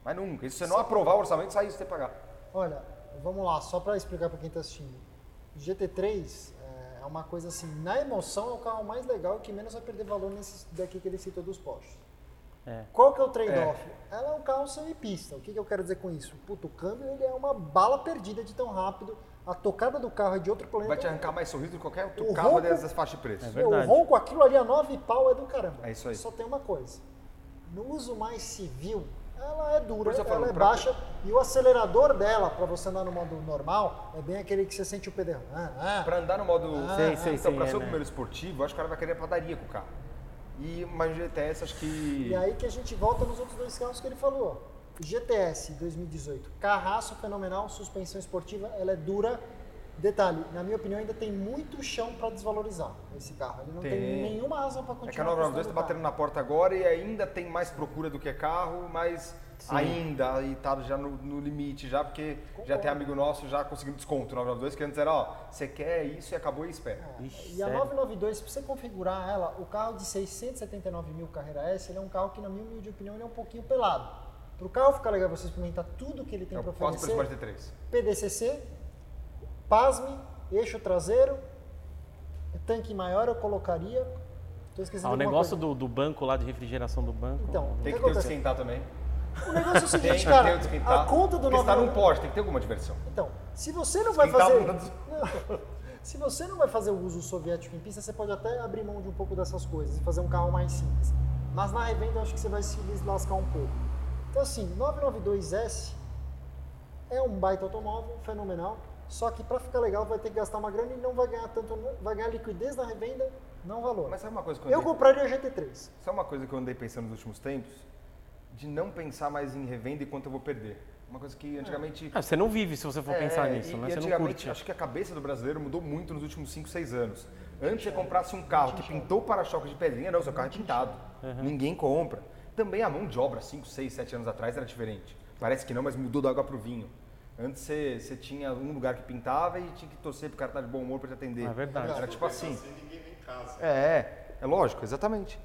Mas nunca. E se você não aprovar o orçamento, sai isso você pagar. Olha, vamos lá, só para explicar para quem está assistindo. O GT3 é, é uma coisa assim, na emoção é o carro mais legal e que menos vai perder valor nesse daqui que ele citou dos postos. É. Qual que é o trade-off? Ela é um carro semipista. O que, que eu quero dizer com isso? Puto, o câmbio ele é uma bala perdida de tão rápido. A tocada do carro é de outro planeta. Vai te arrancar mais sorriso do que qualquer outro O carro ronco- dessas faixas de preço. É verdade. O ronco, aquilo ali a nove pau é do caramba. É isso aí. Só tem uma coisa. No uso mais civil, ela é dura, Por isso eu ela falo, é pra- baixa e o acelerador dela, para você andar no modo normal, é bem aquele que você sente o pedal. Ah, ah. Pra andar no modo. Sei, sei, então, sei, pra é, ser o né? primeiro esportivo, acho que o cara vai querer padaria com o carro. E uma GTS, acho que. E aí que a gente volta nos outros dois carros que ele falou. ó. GTS 2018, carraço fenomenal, suspensão esportiva, ela é dura. Detalhe, na minha opinião, ainda tem muito chão para desvalorizar esse carro. Ele não tem, Tem. nenhuma razão para é continuar. que a 992 tá custando batendo na porta agora e ainda tem mais procura do que carro, mas ainda, e tá já no, no limite, já, porque já tem amigo nosso já conseguindo desconto. 992, que antes era, ó, você quer isso e acabou e espera. caro. Ixi, E a sério? 992, para você configurar ela, o carro de 679 mil carreira S, ele é um carro que, na minha humilde opinião, ele é um pouquinho pelado. Para o carro ficar legal, você experimentar tudo que ele tem É para quase o preço de uma oferecer. GT3. PDCC, pasme, eixo traseiro, tanque maior eu colocaria. Tô esquecendo Ah, o alguma negócio coisa. do, do banco lá, de refrigeração do banco. Então, o que Tem que ter o acontece? esquentar também. O *laughs* negócio é o Tem seguinte, que cara. ter o esquentar. A conta do Porque você tá num 992. poste, tem que ter alguma diversão. Então, se você não vai Esquentar fazer. a bunda dos- *laughs* Se você não vai fazer o uso soviético em pista, você pode até abrir mão de um pouco dessas coisas e fazer um carro mais simples. Mas na revenda eu acho que você vai se lascar um pouco. Então assim, 992S é um baita automóvel, fenomenal. Só que para ficar legal vai ter que gastar uma grana e não vai ganhar tanto, vai ganhar liquidez na revenda, não valor. Mas é? sabe uma coisa que eu andei- compraria o GT3. Sabe uma coisa que eu andei pensando nos últimos tempos? De não pensar mais em revenda e quanto eu vou perder. Uma coisa que antigamente. Ah, você não vive se você for É, pensar e- nisso, né? e Você não antigamente, curte. Acho que a cabeça do brasileiro mudou muito nos últimos 5, 6 anos. Antes você comprasse um carro que pintou o para-choque de pedrinha, não, seu carro é pintado. Ninguém compra. Também a mão de obra, 5, 6, 7 anos atrás, era diferente. Parece que não, mas mudou da água para o vinho. Antes você, você tinha um lugar que pintava e tinha que torcer para o cara estar de bom humor para te atender. É verdade. Era tipo assim. Assim ninguém nem casa. É, é lógico, exatamente.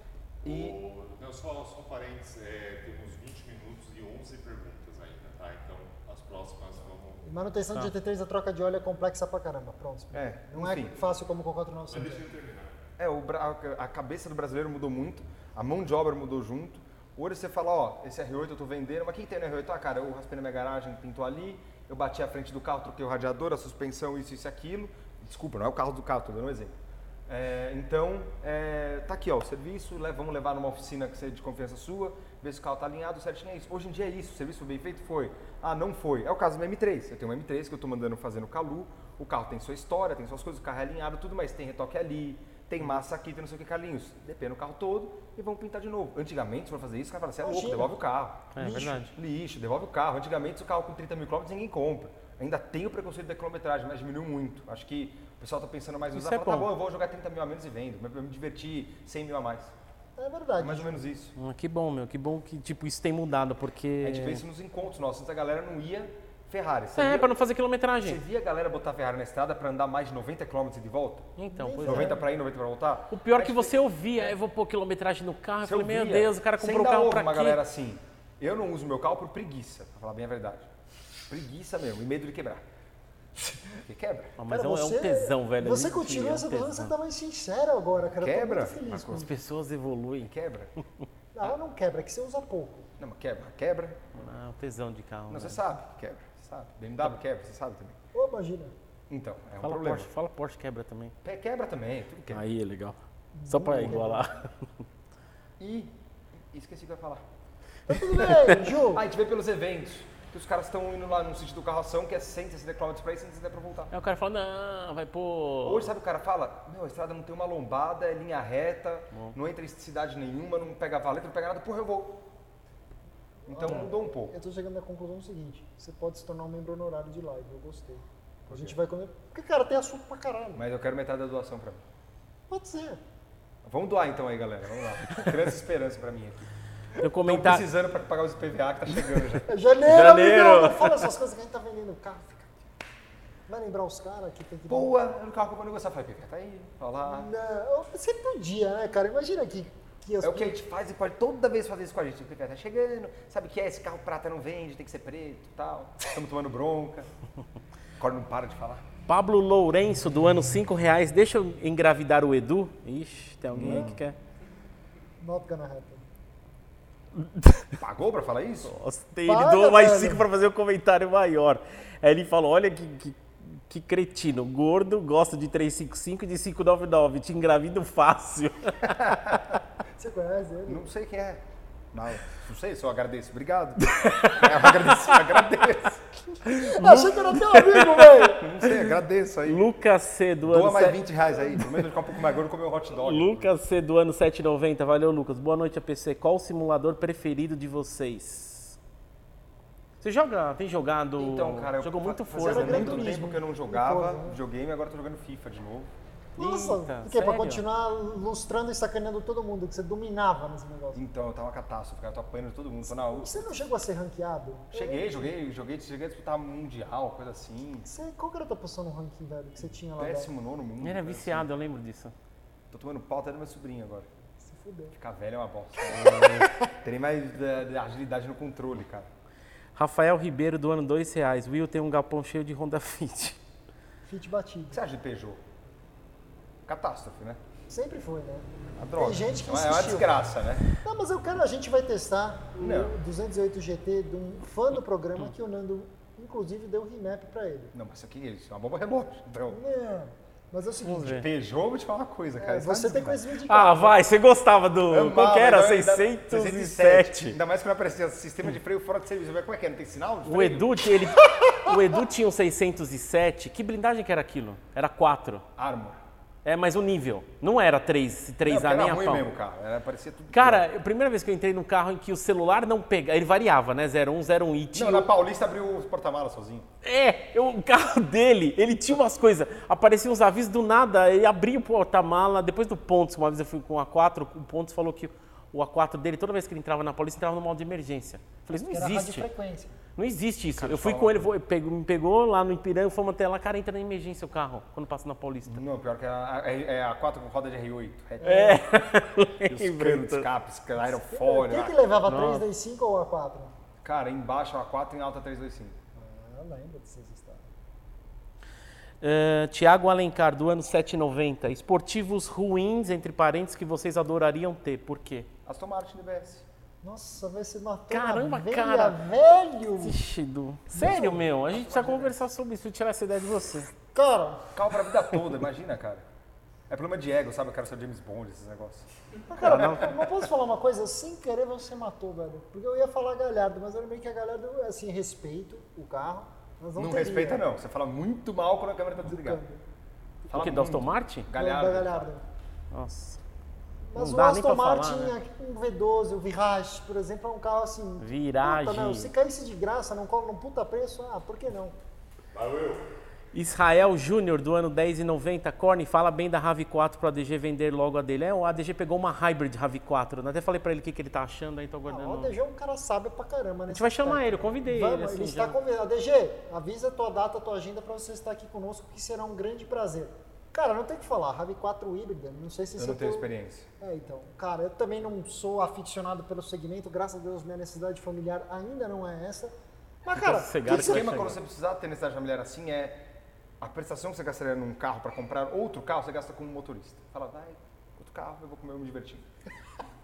E, O- Não, só, só um parênteses, é, temos 20 minutos e 11 perguntas ainda, tá? Então as próximas vamos. Manutenção de GT3, a troca de óleo é complexa pra caramba. Pronto. Tá. É, Não é enfim. fácil como com o 495. Deixa eu terminar. É, o bra- a a cabeça do brasileiro mudou muito, a mão de obra mudou junto. Hoje você fala, ó, esse R8 eu tô vendendo, mas quem tem no R8? Ah, cara, eu raspei na minha garagem, pintou ali, eu bati a frente do carro, troquei o radiador, a suspensão, isso, isso, e aquilo. Desculpa, não é o carro do carro, tô dando um exemplo. É, então, é, tá aqui, ó, o serviço, le- vamos levar numa oficina que seja de confiança sua, ver se o carro tá alinhado, certinho é isso. Hoje em dia é isso, o serviço foi bem feito foi. Ah, não foi. É o caso do M3. Eu tenho um M3 que eu tô mandando fazer no Calu, o carro tem sua história, tem suas coisas, o carro é alinhado, tudo, mas tem retoque ali, tem massa aqui, tem não sei o que, Carlinhos. Depende o carro todo e vão pintar de novo. Antigamente, se for fazer isso, o cara fala, você é louco, Imagina. devolve o carro. É, lixo, verdade. lixo, devolve o carro. Antigamente, se o carro com 30 mil quilômetros, ninguém compra. Ainda tem o preconceito da quilometragem, mas diminuiu muito. Acho que o pessoal tá pensando mais no Isso usar. é fala, tá bom. bom, eu vou jogar 30 mil a menos e vendo, mas pra me divertir 100 mil a mais. É É verdade. mais ou menos isso. Ah, que bom, meu. Que bom que tipo, isso tem mudado, porque. A gente vê isso nos encontros nossos, antes a galera não ia Ferrari. Você, É, via, pra não fazer você quilometragem. via a galera botar Ferrari na estrada pra andar mais de 90 km de volta? Então, Nem pois é. 90 pra ir, 90 pra voltar? O pior Aí que você- você ouvia, é, eu vou pôr quilometragem no carro. Eu Se eu Ah, falei, meu via, Deus, o cara você comprou o ainda carro ouve pra uma quê? galera assim. Eu não uso meu carro por preguiça, pra falar bem a verdade. Preguiça mesmo, e medo de quebrar. *laughs* Porque quebra. Ah, mas Cara, é um- é um você- tesão, velho. Você Gente, continua é um essa pessoa, tesão. você tá mais sincero agora, cara. Quebra? Eu tô muito feliz com As pessoas evoluem. Quebra? isso. Não, ela não quebra, é que você usa pouco. Não, mas quebra, quebra. Ah, o tesão de carro. Não, né? Tá. você sabe que quebra, você sabe. BMW quebra, você sabe também. Ô, imagina. Então, é um Fala problema. Porsche, fala Porsche quebra também. Pé quebra também, tudo quebra. Aí é legal. Só pra igualar. E, e esqueci o que eu ia falar. Tá tudo *laughs* bem, Ju. Ah, a gente vê pelos eventos, que os caras estão indo lá no sítio do carroção, que é 160 km pra ir, 160 pra voltar. Aí o cara fala, não, vai pôr. Hoje, sabe o cara fala? Meu, a estrada não tem uma lombada, é linha reta, não entra em cidade nenhuma, não pega valeta, não pega nada, porra, eu vou. Então mudou um pouco. Eu tô chegando à conclusão seguinte: você pode se tornar um membro honorário de live. Eu gostei. A gente vai comer. Porque, cara, tem assunto pra caralho. Mas eu quero metade da doação pra mim. Pode ser. Vamos doar então aí, galera. Vamos lá. Criança esperança pra mim aqui. Eu Estão comentar. precisando pra pagar os IPVA que tá chegando já. É janeiro, Janeiro. amigão, não fala essas coisas que a gente tá vendendo carro. Fica... Vai lembrar os caras que tem que. um Boa, é no carro que eu vou negociar. Falei, IPVA tá aí, tá lá. Não, você podia, né, cara? Imagina que. que as... É o que a gente faz e pode toda vez fazer isso com a gente. O IPVA tá chegando, sabe o que é? Esse carro prata não vende, tem que ser preto e tal. Estamos *laughs* tomando bronca. Agora não para de falar. Pablo Lourenço, do ano 5 reais. Deixa eu engravidar o Edu. Ixi, tem Hum. alguém aí que quer. Not gonna happen. Pagou pra falar isso? Nossa, tem- ele Para, doou mais velho. cinco para fazer um comentário maior. Aí ele falou: olha que, que, que cretino, gordo, gosta de 355 e de 599, te engravido fácil. Você conhece ele? Não sei quem é. Não, não sei, só *laughs* agradeço. Obrigado. É, Eu agradeço, agradeço. Uhum. Eu Achei que era teu amigo, velho. Não sei, agradeço aí. Lucas C do ano. Doa mais se- 20 reais aí. Pelo menos eu ficar um pouco mais gordo e comer um hot dog. Lucas C do ano 790. Valeu, Lucas. Boa noite, APC. Qual o simulador preferido de vocês? Você joga, tem jogado. Então, cara, eu jogou muito fazia Forza, né? muito Turismo. tempo que eu não jogava Forza. videogame, agora eu tô jogando FIFA de novo. Nossa, Eita, o quê? sério? Pra continuar lustrando e sacaneando todo mundo, que você dominava nesse negócio. Então, tá uma catástrofe, cara. Eu tô apanhando de todo mundo. Tô na U. Você não chegou a ser ranqueado? É, Cheguei, joguei, joguei, cheguei a disputar mundial, coisa assim. Você, qual que era a tua posição no ranking, velho, que você tinha lá? velho? Péssimo nono mundo. Ele era cara. viciado, eu lembro disso. Tô tomando pau até do meu sobrinho agora. Se fudeu. Ficar velho é uma *laughs* bosta. Terei mais eh, agilidade no controle, cara. Rafael Ribeiro do ano 2 reais. Will tem um galpão cheio de Honda Fit. Fit O batido. que você acha de Peugeot? Catástrofe, né? Sempre foi, né? A droga. Tem gente que é uma, é uma insistiu. desgraça, né? Não, mas eu quero, a gente vai testar o Não. Hum. 208 GT de um fã do programa que o Nando, inclusive, deu remap pra ele. Não, mas isso aqui isso é uma bomba relógio. Então, Não, mas é o seguinte, ver. Peugeot, eu vou te falar uma coisa, cara. é, isso é uma você tem desgraça. conhecimento de Ah, carro. vai, você gostava do. Eu qual que amava, era? eu ainda- 607. Ainda mais quando aparecia sistema de freio fora de serviço. Mas Como é que é? Não tem sinal? de O freio? Edu, ele, o Edu tinha um 607. Que blindagem que era aquilo? Era 4. Armor. É, mas o nível. Não era 3, Não, 3A porque nem era a ruim pau. mesmo, cara. Era, parecia tudo. Cara, a primeira vez que eu entrei num carro em que o celular não pega, ele variava, né? 01, 01 e tinha. Não, na Paulista abriu o porta-malas sozinho. É, eu- o carro *laughs* dele, ele tinha umas coisas. Apareciam uns avisos do nada, ele abria o porta-mala. Depois do Pontes, uma vez eu fui com o A4, o Pontes falou que o A4 dele, toda vez que ele entrava na polícia, entrava no modo de emergência. Eu Ah, falei, isso Era não rádio existe. frequência. Não existe isso. Eu fui com ele, vou- pegou- me pegou lá no Ipiranga, fomos até lá, cara, entra na emergência o carro, quando passa na *laughs* Paulista. Não, pior que era a, é, é a 4 com roda de R8. É, E *laughs* os canos, capes, aerofólio. Quem é que né? levava 3, 2, 5 ou a 4? Cara, embaixo a 4 em alta 325. Ah, eu lembro dessas histórias. Tiago Eh, Alencar, do ano 790. Esportivos ruins, entre parentes, que vocês adorariam ter. Por quê? Aston Martin DBS. Nossa, vai se matou Caramba, na veia, cara. velho! Ixi, Du. Sério, meu? A gente precisa conversar sobre isso, tirar essa ideia de você. Cara, Carro pra *laughs* vida toda, imagina, cara. É problema de ego, sabe? Eu quero ser o James Bond, esses negócios. cara, mas posso falar uma coisa? Sem querer você matou, velho. Porque eu ia falar Galhardo, mas eu lembrei que a Galhardo, assim, respeito o carro, mas não Não, teria. respeita, não. Você fala muito mal quando a câmera tá desligada. O Fala que, muito. do Aston Martin? Galhardo. Galhardo. Galhardo. Nossa. Mas Não o dá Aston nem pra falar, né? Martin, um V12, o Virage, por exemplo, é um carro assim... Virage. Puta, não, se caísse de graça, não cola um puta preço, ah, por que não? Israel Júnior, do ano 1090. Corne, fala bem da RAV4 pro ADG vender logo a dele. É, o ADG pegou uma Hybrid RAV4. Eu até falei pra ele o que, que ele tá achando, aí tô Ah, aguardando. o DG é um cara sábio pra caramba, né? A gente vai chamar ele, eu convidei Vamos, ele. tá Assim, ele está já. convidado. DG, avisa a tua data, a tua agenda para você estar aqui conosco, que será um grande prazer. Cara, não tem o que falar, RAV4 híbrida, não sei se Eu você não tenho tem- experiência. É, então, cara, eu também não sou aficionado pelo segmento, graças a Deus minha necessidade familiar ainda não é essa. Mas, cara, sossegado Cara, que O que que vai esquema chegar. quando Então, você precisar ter necessidade familiar assim é a prestação que você gastaria num carro pra comprar outro carro, você gasta com um motorista. Fala, vai, outro carro, eu vou comer, eu me divertir.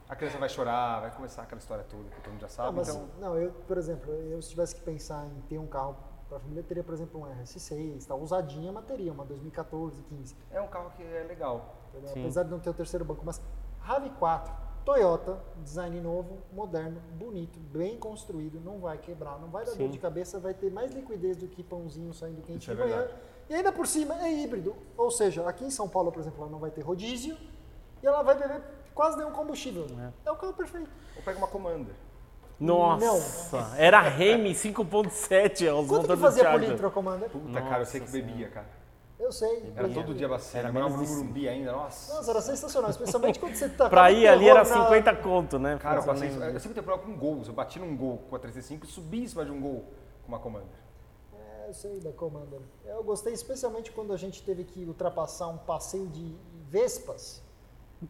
A criança vai chorar, vai começar aquela história toda que todo mundo já Ah, sabe. mas, então, Não, eu, por exemplo, eu se tivesse que pensar em ter um carro para família, eu teria, por exemplo, um RS6, tá usadinha, mas teria uma 2014, 15. é um carro que é legal. entendeu? Sim. Apesar de não ter o terceiro banco, mas RAV4, Toyota, design novo, moderno, bonito, bem construído, não vai quebrar, não vai dar dor Sim. de cabeça, vai ter mais liquidez do que pãozinho saindo quente Isso é de manhã. verdade. E ainda por cima é híbrido, ou seja, aqui em São Paulo, por exemplo, ela não vai ter rodízio e ela vai beber quase nenhum combustível. É, o carro perfeito. Ou pega uma Commander. Nossa, era Remy 5.7, os Quanto que motores fazia por Charger. litro, Commander? Puta, cara, eu sei que bebia, cara. Eu sei. Era todo dia bacana. Era Era no menos de cinco. Morumbi ainda, nossa. Nossa, era sensacional, especialmente quando você tá Pra ir ali era terror na- 50 conto, né? Cara, eu Nossa, passei. um nem- Eu sempre tenho problema com gols. Eu bati num gol com a 365 e subi em cima de um gol com uma Commander. É, eu sei da Commander. Eu gostei especialmente quando a gente teve que ultrapassar um passeio de Vespas.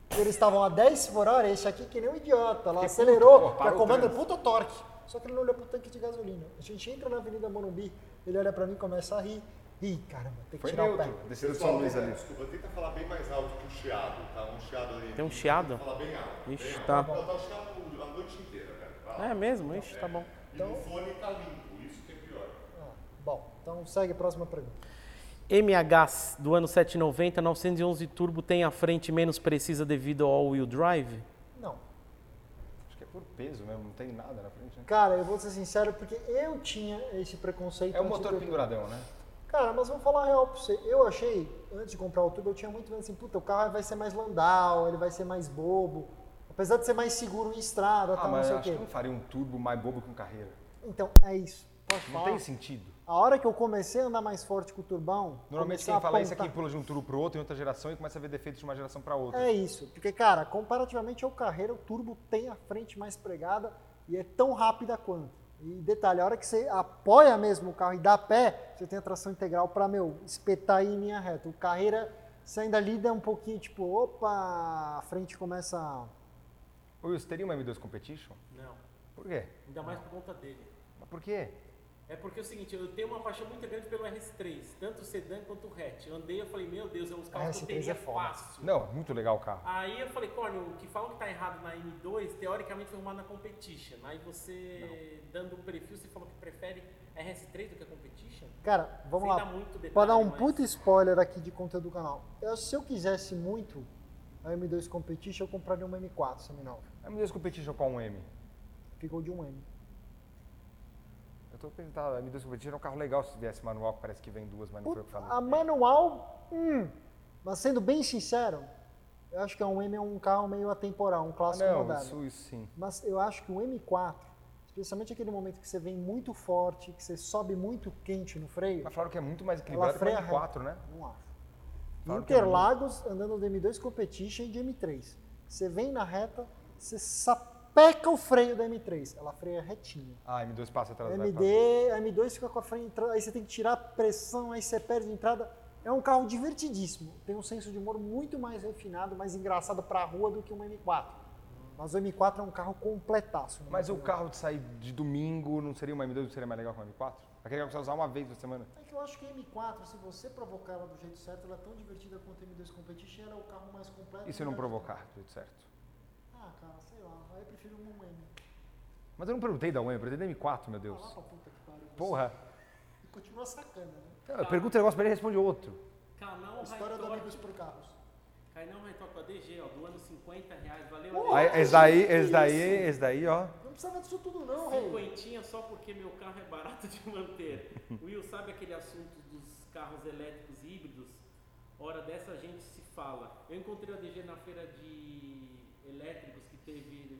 que Eles estavam a 10 por hora, esse aqui que nem um idiota, lá puto, acelerou, pô, e a parou o Commander trânsito. puta torque. Só que ele não olhou pro tanque de gasolina. A gente entra na Avenida Morumbi, ele olha pra mim e começa a rir. Ih, caramba, tem que Foi tirar o pé. neutro. um Desceram de São Luís ali. Desculpa, tenta falar bem mais alto que o chiado, tá? Um chiado ali. Tem um chiado? Fala bem alto. Ixi, bem tá. alto. Ela tá chiando a noite inteira, cara. Vai lá. É mesmo? Ixi, tá bom. E o fone tá limpo, isso que é pior. Ah, bom, então segue a próxima pergunta. MH do ano 790, 911 turbo tem a frente menos precisa devido ao all-wheel drive? Não. Acho que é por peso mesmo, não tem nada na frente, né? Cara, eu vou ser sincero porque eu tinha esse preconceito. É o antes de motor eu- penduradão, né? Cara, mas vamos falar a real pra você. Eu achei, antes de comprar o Turbo, eu tinha muito medo assim, puta, o carro vai ser mais landau, ele vai ser mais bobo. Apesar de ser mais seguro em estrada, tal, Ah, Tá, não mas sei o acho quê. que não faria um turbo mais bobo que um carreira. Então, é isso. Pode Não falar. tem sentido. A hora que eu comecei a andar mais forte com o turbão. Normalmente comecei quem a fala isso é apontar. quem pula de um turbo pro outro em outra geração e começa a ver defeitos de uma geração pra outra. É isso, porque, cara, comparativamente ao carreira, o turbo tem a frente mais pregada e é tão rápida quanto. E detalhe, a hora que você apoia mesmo o carro e dá pé, você tem a tração integral para meu, espetar aí em linha reta. O carreira, você ainda lida um pouquinho, tipo, opa, a frente começa. a- Ô, Wilson, teria uma M2 Competition? Não, Por quê? ainda mais por conta dele. Mas por quê? É porque é o seguinte, eu tenho uma paixão muito grande pelo RS3, tanto o sedã quanto o hatch. Eu andei e falei, meu Deus, é uns carros que eu RS3 teria é foda. fácil. Não, muito legal o carro. Aí eu falei, Cornel, o que falam que tá errado na M2, teoricamente foi arrumado na Competition. Aí você, dando um perfil, você falou que prefere RS3 do que a Competition? Cara, vamos Sem lá. dar muito detalhe, Para dar um mas- puta spoiler aqui de conteúdo do canal. Eu, se eu quisesse muito a M2 Competition, eu compraria um uma M4 seminal. A M2 Competition qual um M? Ficou de um M. Eu tô perguntando, ah, a M2 Competition é um carro legal se viesse manual, que parece que vem duas, mas não foi o que Puta, a falou. manual, hum, Mas sendo bem sincero, eu acho que é um M é um carro meio atemporal, um clássico Ah, não, moderno. isso, isso sim. Mas eu acho que o M4, especialmente aquele momento que você vem muito forte, que você sobe muito quente no freio, Mas falaram que é muito mais equilibrado que o freia M4, né? não acho. Claro que é Interlagos, andando de M2 Competition e de M3. Você vem na reta, você sapeca o freio da M3. Ela freia retinha. Ah, M2 passa atrás vai pra- MD, a M2 fica com a frente, entra- aí você tem que tirar a pressão, aí você perde a entrada. É um carro divertidíssimo, tem um senso de humor muito mais refinado, mais engraçado pra rua do que um M4. Mas o M4 é um carro completaço. né? Mas o carro de sair de domingo não seria uma M2, não seria mais legal que uma M4? Aquele carro que você usar uma vez na semana. É que eu acho que a M4, se você provocar ela do jeito certo, ela é tão divertida quanto a M2 Competition, ela é o carro mais completo. E se eu não né? provocar, do jeito certo? Ah, cara, sei lá, aí eu prefiro um M. Mas eu não perguntei da UEM, eu perguntei da M4, meu Ah, lá Deus. pra puta que pariu. Porra. E continua sacana, né? Eu pergunto um negócio pra ele e responde outro. Canal A história do High Amigos por Carros. Top, a DG, ó, do ano 50 reais, valeu. Porra! Ale. Aí, esse daí, esse daí, esse daí, ó. Não precisava disso tudo não, rei. Cinquentinha só porque meu carro é barato de manter. *laughs* Will, sabe aquele assunto dos carros elétricos híbridos? Hora dessa a gente se fala. Eu encontrei a DG na feira de elétricos que teve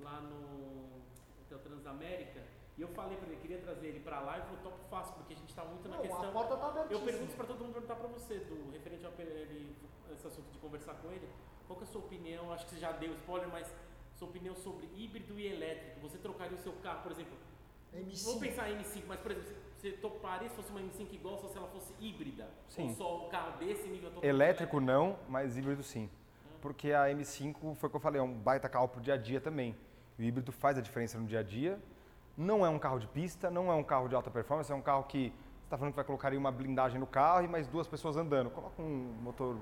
lá no Hotel Transamérica e eu falei pra ele, queria trazer ele pra lá e falou, top fácil, porque a gente tá muito na Não, a questão. porta tá Eu abertíssima. pergunto pra todo mundo perguntar pra você, do referente ao PL, esse assunto de conversar com ele, qual que é a sua opinião? Acho que você já deu spoiler, mas sua opinião sobre híbrido e elétrico. Você trocaria o seu carro, por exemplo, vamos M5. pensar em M5, mas por exemplo, você toparia se fosse uma M5 igual só se ela fosse híbrida? Sim. Ou só um carro desse nível totalmente Elétrico não, mas híbrido sim. Porque a M5 foi o que eu falei, é um baita carro pro dia a dia também. O híbrido faz a diferença no dia a dia. Não é um carro de pista, não é um carro de alta performance, é um carro que você está falando que vai colocar aí uma blindagem no carro e mais duas pessoas andando. Coloca um motor,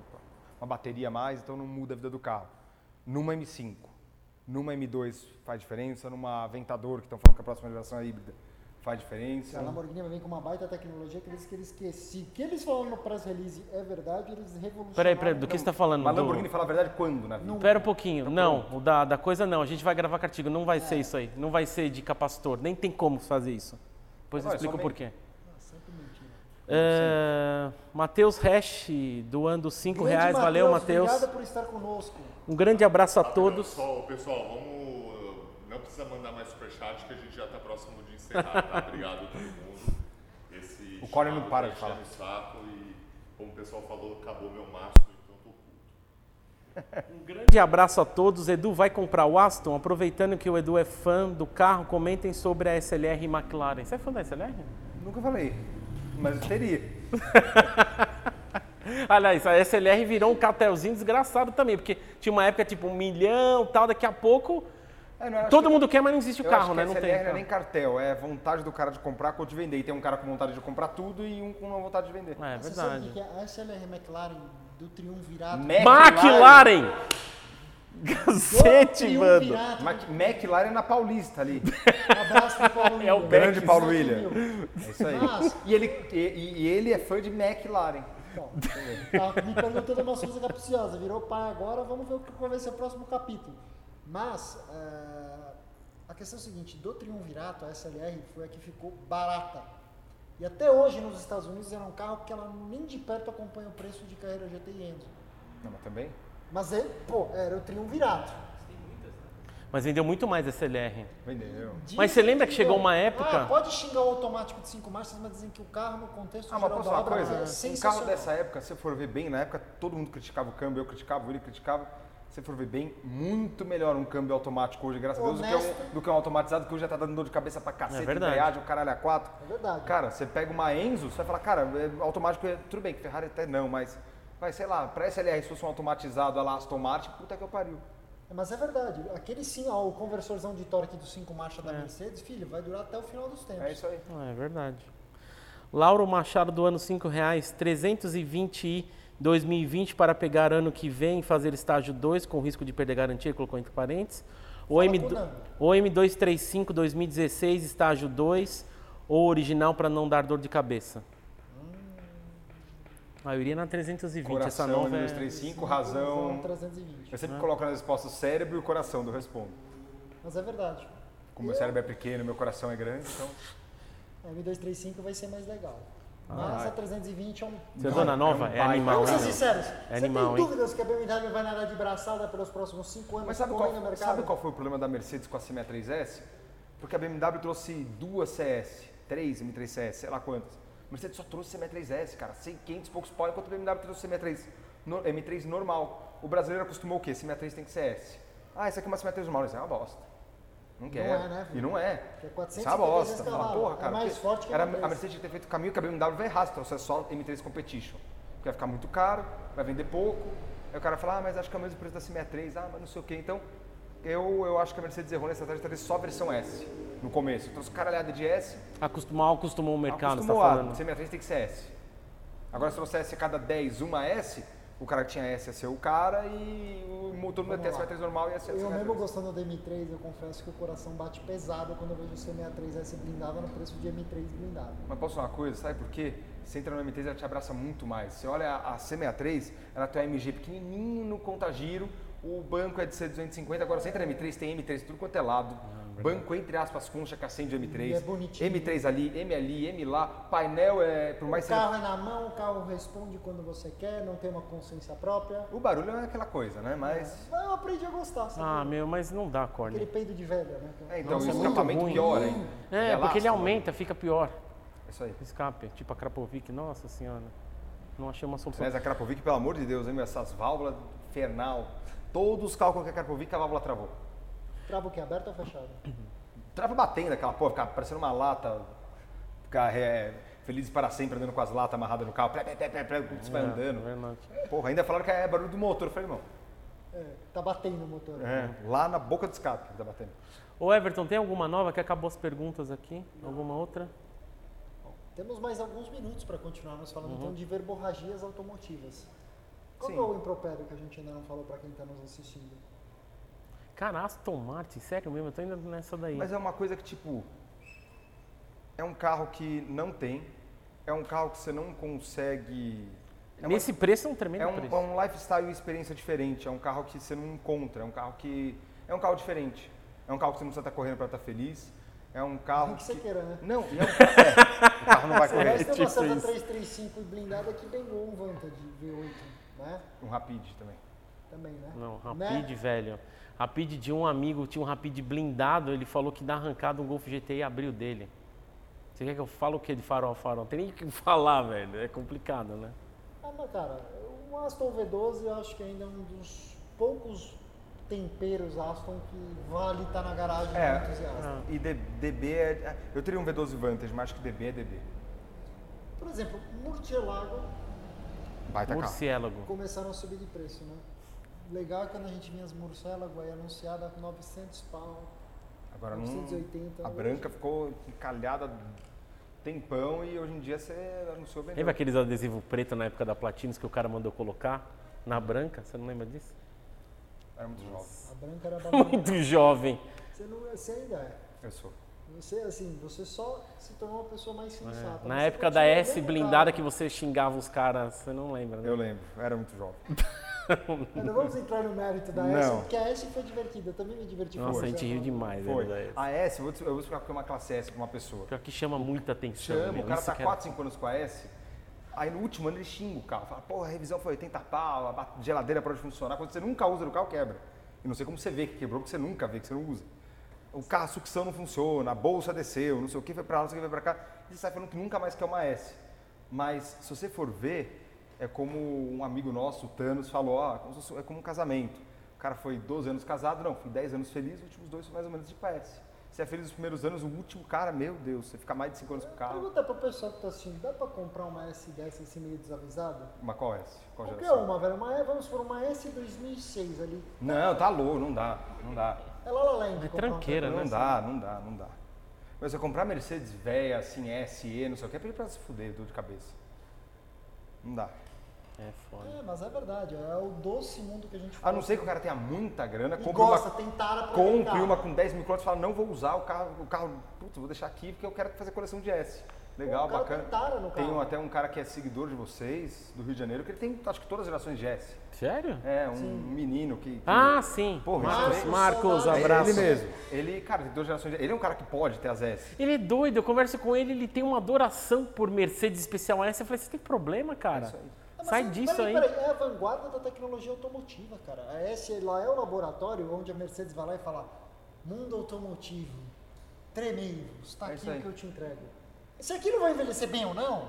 uma bateria a mais, então não muda a vida do carro. Numa M5, numa M2 faz diferença, numa Aventador, que estão falando que a próxima geração é híbrida, faz diferença. A Lamborghini vem com uma baita tecnologia que eles que eles esqueci. O que eles falaram no press release é verdade, eles revolucionaram. Peraí, peraí, do que você tá falando? Mas a Do- Lamborghini fala a verdade quando na vida? Pera um pouquinho. Não, o da, da coisa não. A gente vai gravar cartigo. Não vai É. ser isso aí. Não vai ser de capacitor. Nem tem como fazer isso. Depois eu Não, é explico só por meio. quê. Ah, sempre mentira. É, Matheus Hash, doando 5 Grande reais. Valeu, Matheus. Obrigado por estar conosco. Um grande abraço a todos. Pessoal, pessoal, vamos. Não precisa mandar mais superchat que a gente já tá próximo de encerrar, tá? Obrigado a todo mundo. Esse O Collor não chamado para tá de falar. enchendo o saco e, como o pessoal falou, acabou meu maço, então tô puto. Um grande grande abraço a todos. Edu vai comprar o Aston. Aproveitando que o Edu é fã do carro, comentem sobre a SLR McLaren. Você é fã da SLR? Nunca falei, mas eu teria. Aliás, a SLR virou um cartelzinho desgraçado também, porque tinha uma época tipo um milhão tal, daqui a pouco É, não, eu acho todo que- mundo quer, mas não existe o eu carro, acho que né? Não SLR tem. não é carro. nem cartel, é vontade do cara de comprar quanto de vender. E tem um cara com vontade de comprar tudo e um com uma vontade de É vender. É Você sabe o que verdade. é a SLR McLaren do triunvirato? McLaren! Do um Cacete, mano! triunvirato. Mac- McLaren é na Paulista *laughs* ali. Um abraço pro Paulo É o William. Grande Paulo Sempre William. viu. É isso aí. Mas- E ele, e, e ele é fã de McLaren. Bom, tá me perguntando umas coisas capciosas. é Virou pai agora, vamos ver o que vai ser o próximo capítulo. Mas, eh, a questão é a seguinte, do Triunvirato, a SLR foi a que ficou barata. E até hoje nos Estados Unidos era um carro que ela nem de perto acompanha o preço de carreira GT e Enzo. Não, mas também. Mas, ele, pô, era o Triunvirato. Mas vendeu muito mais SLR. Vendeu. Dizem Mas você lembra que chegou uma época- Ah, pode xingar o automático de cinco marchas, mas dizem que o carro no contexto Ah, mas geral posso da falar uma obra coisa? é Um sensacional. carro dessa época, se eu for ver bem, na época todo mundo criticava o câmbio, eu criticava, ele criticava. Se eu for ver bem, muito melhor um câmbio automático hoje, graças a Deus, do que, um, Honesto. do que um automatizado que hoje já tá dando dor de cabeça pra cacete, É verdade. embreagem, o caralho a quatro. É verdade. Cara, você pega uma Enzo, você vai falar, cara, é automático é tudo bem, que Ferrari até não, mas vai, sei lá, pra SLR, se fosse um automatizado, a lá Aston Martin, puta que eu pariu. É, Mas é verdade, aquele sim, ó, o conversorzão de torque dos cinco marchas da Mercedes, filho, vai durar até o final dos tempos. É isso aí. Ah, é verdade. Lauro Machado do ano R$ 5 reais, 320 e 2020 para pegar ano que vem e fazer estágio 2 com risco de perder garantia, colocou entre parênteses. Ou, Fala M, com o Nando. ou M235 2016 estágio 2 ou original para não dar dor de cabeça. Ah, eu iria na 320, essa Coração, nova é... 235, São razão. 320. Eu sempre coloco nas respostas o cérebro e o coração do respondo. Mas é verdade. Como meu cérebro é pequeno, meu coração é grande, então. A M235 vai ser mais legal. Ah, Mas a 320 é um. Seu Dona Nova é, baita animal. Vamos né? ser sinceros. você animal, tem hein? dúvidas que a BMW vai nadar de braçada pelos próximos 5 anos? Mas sabe com qual, ele no mercado? sabe qual foi o problema da Mercedes com a CMA3S? Porque a BMW trouxe duas CS, três M3CS, sei lá quantas. A Mercedes só trouxe CMA3S, cara, 100, 500 e poucos pau, enquanto a BMW trouxe CMA3, no- M3 normal. O brasileiro acostumou o quê? CMA3 tem que CS. Ah, essa aqui é uma CMA3 normal, isso é uma bosta. Não quer. é, né, e filho? não é. É isso é uma bosta. 450 Fala, cavalos, porra, é cara. mais porque forte que a era, M3. a Mercedes tinha que ter feito o caminho que a BMW vai errar, se trouxer então, só M3 Competition. Porque vai ficar muito caro, vai vender pouco. Aí o cara fala, ah, mas acho que é o mesmo preço da CMA3, ah, mas não sei o quê. Então, eu, eu acho que a Mercedes errou nessa estratégia, talvez só a versão S no começo. Trouxe caralhada de S, Acostum- mal acostumou o mercado, você tá acostumou a falando. CMA3 tem que ser S. Agora, se trouxesse a cada 10 uma S, o cara que tinha S ia ser o cara e o motor não ia ter a Vamos lá. CMA3 normal e ia ser a Eu mesmo CMA3. gostando da M3, eu confesso que o coração bate pesado quando eu vejo o C63S blindado né, no preço de M3 blindado. Mas posso falar uma coisa, sabe por quê? Você entra no M3, ela te abraça muito mais. Você olha a a C63, ela tem um MG pequenininho no contagiro, o banco é de C250, agora você entra no M3, tem M3 tudo quanto é lado. banco, entre aspas, concha que acende o M3. Ah, E é bonitinho. M3 ali, M ali, M lá, painel é por mais o que seja- carro é na mão, o carro responde quando você quer, não tem uma consciência própria. O barulho é aquela coisa, né? Mas... Mas eu aprendi a gostar, sabe? Ah, meu, mas não dá, Aquele Corne. peido de velha, né? É, então, Nossa, o é muito escapamento ruim. piora, hein? É, porque ele elástico, aumenta, fica pior. né? Isso aí. Escape, tipo a Krapovic, nossa senhora. Não achei uma solução. Aliás, a Krapovic, pelo amor de Deus, hein, meu? Essas válvulas, infernal. Todos os cálculos que a Krapovic, a válvula travou. Trava o que? é Aberto ou fechado? Trava batendo aquela porra, ficava parecendo uma lata. Ficar é, felizes para sempre andando com as latas amarradas no carro. Plé, plé, plé, plé, plé, como você vai É tá andando. verdade. Porra, ainda falaram que é barulho do motor. Eu falei, irmão, É, tá batendo o motor. é, lá na boca do escape que tá batendo. Ô Everton, tem alguma nova que acabou as perguntas aqui? Alguma outra? Temos mais alguns minutos para continuarmos falando então de verborragias automotivas. Qual Uhum. Sim. é o impropério que a gente ainda não falou para quem está nos assistindo? Cara, Aston Martin, sério mesmo, eu tô ainda nessa daí. Mas é uma coisa que, tipo, é um carro que não tem, é um carro que você não consegue. é uma- Nesse preço é um tremendo É um, preço. é um lifestyle e experiência diferente. É um carro que você não encontra. É um carro que. É um carro diferente. É um carro que você não precisa estar correndo para estar feliz. É um O carro que que. você queira, né? Não, *laughs* e é um carro. é, tipo o carro não vai Você vai correr. ter uma Santa isso. 335 blindada que pegou um Vantage V8, né? Um Rapid também. Também, né? Não, Rapid, Né? velho. Rapid de um amigo, tinha um Rapid blindado, ele falou que na arrancada um Golf GTI abriu dele. Você quer que eu fale o que de farol a farol? Não tem nem o que falar, velho. É complicado, né? Ah, mas cara, o Aston V12 eu acho que ainda é um dos poucos temperos Aston que vale estar na garagem do É. entusiasta. Ah. E D- DB é. Eu teria um V12 Vantage, mas acho que DB é DB. Por exemplo, Murcielago Baita carro. Murciélago. começaram a subir de preço, né? Legal é quando a gente vinha as Murcielago aí anunciada com 900 pau, Agora não. 980. A hoje- branca ficou encalhada tempão e hoje em dia você anunciou bem. Lembra aqueles adesivos preto na época da Platinos que o cara mandou colocar na branca? Você não lembra disso? *laughs* Era muito jovem. A branca era bagunça. Muito jovem. você, não, você ainda é. Eu sou. Você, assim, você só se tornou uma pessoa mais sensata. É. Na Você época da continua S dentro do blindada carro. que você xingava os caras, você não lembra, né? Eu lembro, era muito jovem. Mas Não vamos entrar no mérito da Não. S, porque a S foi divertida. Eu também me diverti. Nossa, a fazendo gente ela. riu demais, Foi. né? da S. A S, eu vou, te- eu vou explicar porque é uma classe S pra uma pessoa. Pior que chama muita atenção. Chama, meu. o cara Isso tá que era- 4, 5 anos com a S, aí no último ano ele xinga o carro. Fala, porra, a revisão foi 80 pau, a ba- geladeira para de funcionar. Quando você nunca usa no carro, quebra. E não sei como você vê que quebrou, porque você nunca vê que você não usa. O carro, a sucção não funciona, a bolsa desceu, não sei o que, foi pra lá, não sei o que, foi pra cá. E você sai falando que nunca mais quer uma S. Mas se você for ver, é como um amigo nosso, o Thanos, falou, ó, como se fosse- é como um casamento. O cara foi 12 anos casado, não, fui 10 anos feliz, os últimos dois foi mais ou menos de S. Você é feliz nos primeiros anos, o último cara, meu Deus, você fica mais de 5 anos com o carro. Pergunta pro pessoal que tá assistindo, dá pra comprar uma S dessa assim meio desavisada? Uma qual S? Qual Qualquer geração? uma, velho. Uma, vamos por uma S 2006 ali. Não, tá louco, não dá, não dá. É lá, lá, lá. É tranqueira, né? Não dá, não dá, não dá. Mas você comprar Mercedes velha, assim, S, E, não sei o que, é pra ele pra se fuder, dor de cabeça. Não dá. É foda. É, mas é verdade. É o doce mundo que a gente A fala. Ah, não ser que o cara tenha muita grana, E compre gosta, uma, tentar aproveitar. compre uma com 10 mil quilômetros e fala, não vou usar o carro, o carro, putz, vou deixar aqui porque eu quero fazer coleção de S. Pô, Legal, o cara bacana. tem tara no Tem carro. um- até um cara que é seguidor de vocês, do Rio de Janeiro, que ele tem, acho que todas as gerações Jesse. Sério? É, um menino que. que- Ah, sim. Porra, Marcos, isso é- Marcos, saudade. abraço. Ele mesmo. Ele, cara, tem duas gerações. de- Ele é um cara que pode ter as S. Ele é doido, eu converso com ele, ele tem uma adoração por Mercedes Especial S. Eu falei, você tem problema, cara? Ah, mas Sai é- disso aí. peraí, peraí, é a vanguarda da tecnologia automotiva, cara. A S lá é o laboratório onde a Mercedes vai lá e fala: mundo automotivo, tremendo, está É aqui isso aí. o que eu te entrego. Se aquilo vai envelhecer bem ou não,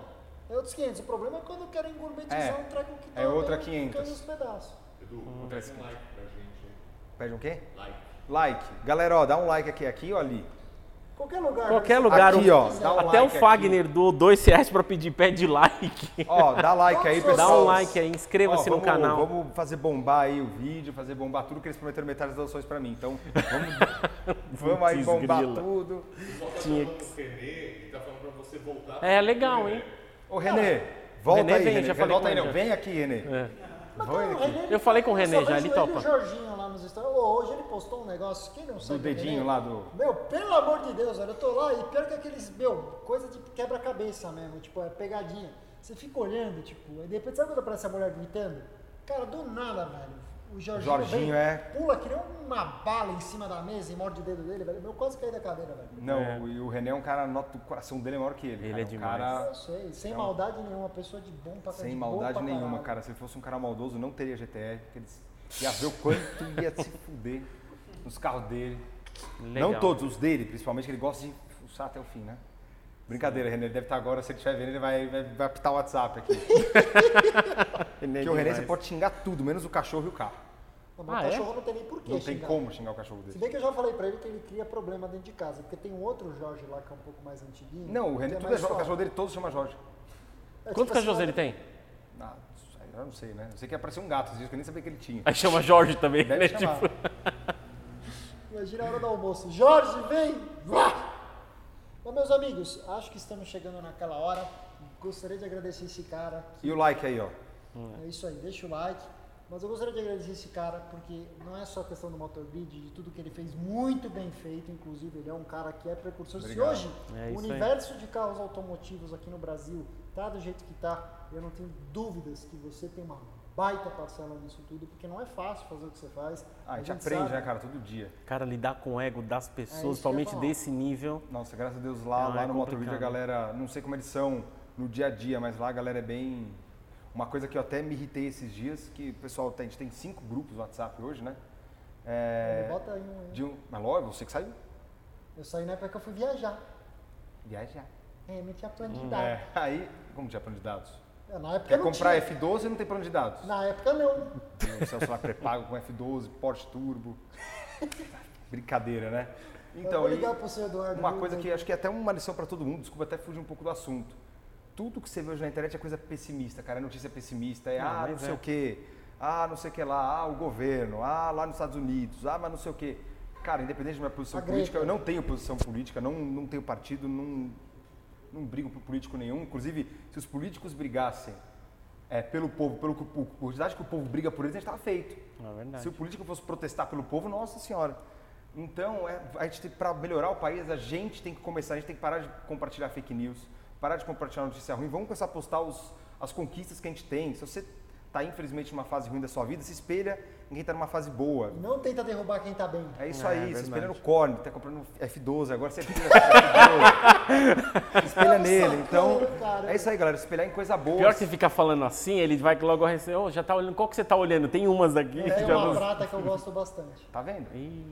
é outros 500. O problema é quando querem gourmetizar É. um treco que tá É outra bem, 500. caindo aos pedaços. Edu, pede um like pra gente, hein? Pede um quê? Like. Like. Galera, ó, dá um like aqui, aqui ou ali. Qualquer lugar. Qualquer né? lugar. Aqui, um- ó, dá um Até like o aqui. Fagner doou dois reais pra pedir pé de like. Ó, dá like aí, *laughs* pessoal. Dá um like aí, Ó, inscreva-se no vamos- canal. Vamos fazer bombar aí o vídeo, fazer bombar tudo que eles prometeram metade das doações pra mim. Então, *laughs* vamos, vamos aí Putz, bombar grila. tudo. Só tá Tinha chamando o Renê e tá falando pra você voltar. É legal, hein? Ô, Renê, volta Renê aí, vem, Renê. já falei Volta com aí, ele não. já. É. Vem aqui, Renê. Mas Vem cara, o aqui. René, Eu falei com o René só já, vejo ele e topa. o Jorginho lá nos stories. Ô, Hoje ele postou um negócio que não sei. dedinho lá do- Meu, pelo amor de Deus, velho. Eu tô lá e pior que aqueles, meu, coisa de quebra-cabeça mesmo. Tipo, é pegadinha. Você fica olhando, tipo, e de repente, sabe quando aparece a mulher gritando? Cara, do nada, velho. O Jorginho, Jorginho, vem, é. pula que nem uma bala em cima da mesa e morde o dedo dele, velho. Meu, quase caí da cadeira, velho. Não, É. o- e o René é um cara, nota, o coração dele é maior que ele. Ele cara. é Um demais. cara Eu sei, sem maldade nenhuma, pessoa de bom pra é um sem de maldade boa pra nenhuma, caralho. cara. Se ele fosse um cara maldoso, não teria GTR. Porque ele ia ver o quanto ia se fuder nos carros dele. Legal. Não todos, os dele, principalmente, que ele gosta de fuçar até o fim, né? Brincadeira, René, ele deve estar agora, se ele estiver vendo, ele vai, vai, vai apitar o WhatsApp aqui. Porque o René, você pode xingar tudo, menos o cachorro e o carro. Não, mas Ah, o é? cachorro não tem nem porquê Não tem xingar. como xingar o cachorro Se dele. bem que eu já falei pra ele que ele cria problema dentro de casa, porque tem um outro Jorge lá que é um pouco mais antiguinho. Não, o que René, tudo mais é Jorge, o suave. cachorro dele todo se chama Jorge. É Quantos tipo cachorros assim, ele tem? Ah, isso aí eu não sei, né? Eu sei que apareceu um gato esses dias que eu nem sabia que *laughs* ele tinha. Aí chama Jorge também, né? Deve chamar. Tipo, Imagina a hora do almoço. Jorge, vem! Vá! Bom, meus amigos, acho que estamos chegando naquela hora. Gostaria de agradecer esse cara. E o like aí, ó. Ah, É isso aí, deixa o like. Mas eu gostaria de agradecer esse cara, porque não é só questão do motor grid, de tudo que ele fez muito bem feito, inclusive ele é um cara que é precursor. Obrigado. Se hoje É o isso aí. universo de carros automotivos aqui no Brasil tá do jeito que tá, eu não tenho dúvidas que você tem uma baita parcela nisso tudo, porque não é fácil fazer o que você faz. Ah, a gente aprende, sabe. né, cara, todo dia. cara, lidar com o ego das É isso que eu ia pessoas, somente falar. desse nível. Nossa, graças a Deus lá, Não, lá é no Motorhead a complicado. galera, não sei como eles são no dia a dia, mas lá a galera é bem. Uma coisa que eu até me irritei esses dias, que pessoal, tem- a gente tem cinco grupos no WhatsApp hoje, né? É, Bota aí um. de um, mas logo, você que saiu. Eu saí na época que eu fui viajar. Viajar. É, não tinha plano de É, dados. aí, como tinha plano de dados? É, Na época Hum, Quer não comprar tinha. F12 e não tem plano de dados. Na época não. Tem o seu celular pré-pago com F12, Porsche Turbo. *laughs* Brincadeira, né? eu Então, vou aí- ligar pro seu Eduardo. né? Uma viu, coisa que Eduardo? acho que é até uma lição para todo mundo, desculpa até fugir um pouco do assunto. Tudo que você vê hoje na internet é coisa pessimista, cara. É notícia pessimista, é Não, ah, mas não sei é. o quê, ah, não sei o que lá, ah, o governo, ah, lá nos Estados Unidos, ah, mas não sei o quê. Cara, independente da minha posição A política, Greta. eu não tenho posição política, não, não tenho partido, não, não brigo por político nenhum. Inclusive, se os políticos brigassem é, pelo povo, pelo que o povo- por quantidade que o povo briga por eles, a gente estava feito. É verdade. Se o político fosse protestar pelo povo, nossa senhora. Então, é, a gente para melhorar o país, a gente tem que começar, a gente tem que parar de compartilhar fake news, parar de compartilhar notícia ruim, vamos começar a postar os- as conquistas que a gente tem. Se você está, infelizmente, numa fase ruim da sua vida, se espelha em quem está numa fase boa. Não tenta derrubar quem tá bem. É isso É, aí, se verdade. espelha no Corne, tá comprando um F12, agora você espelha no F12. *laughs* Se espelha Tá me nele, sacando, então. cara. É isso aí, galera, se espelhar em coisa boa. Pior que você ficar falando assim, ele vai logo receber. Ô, já tá olhando. Qual que você tá olhando? Tem umas aqui que É já uma não. prata que eu gosto bastante. Tá vendo? Ih.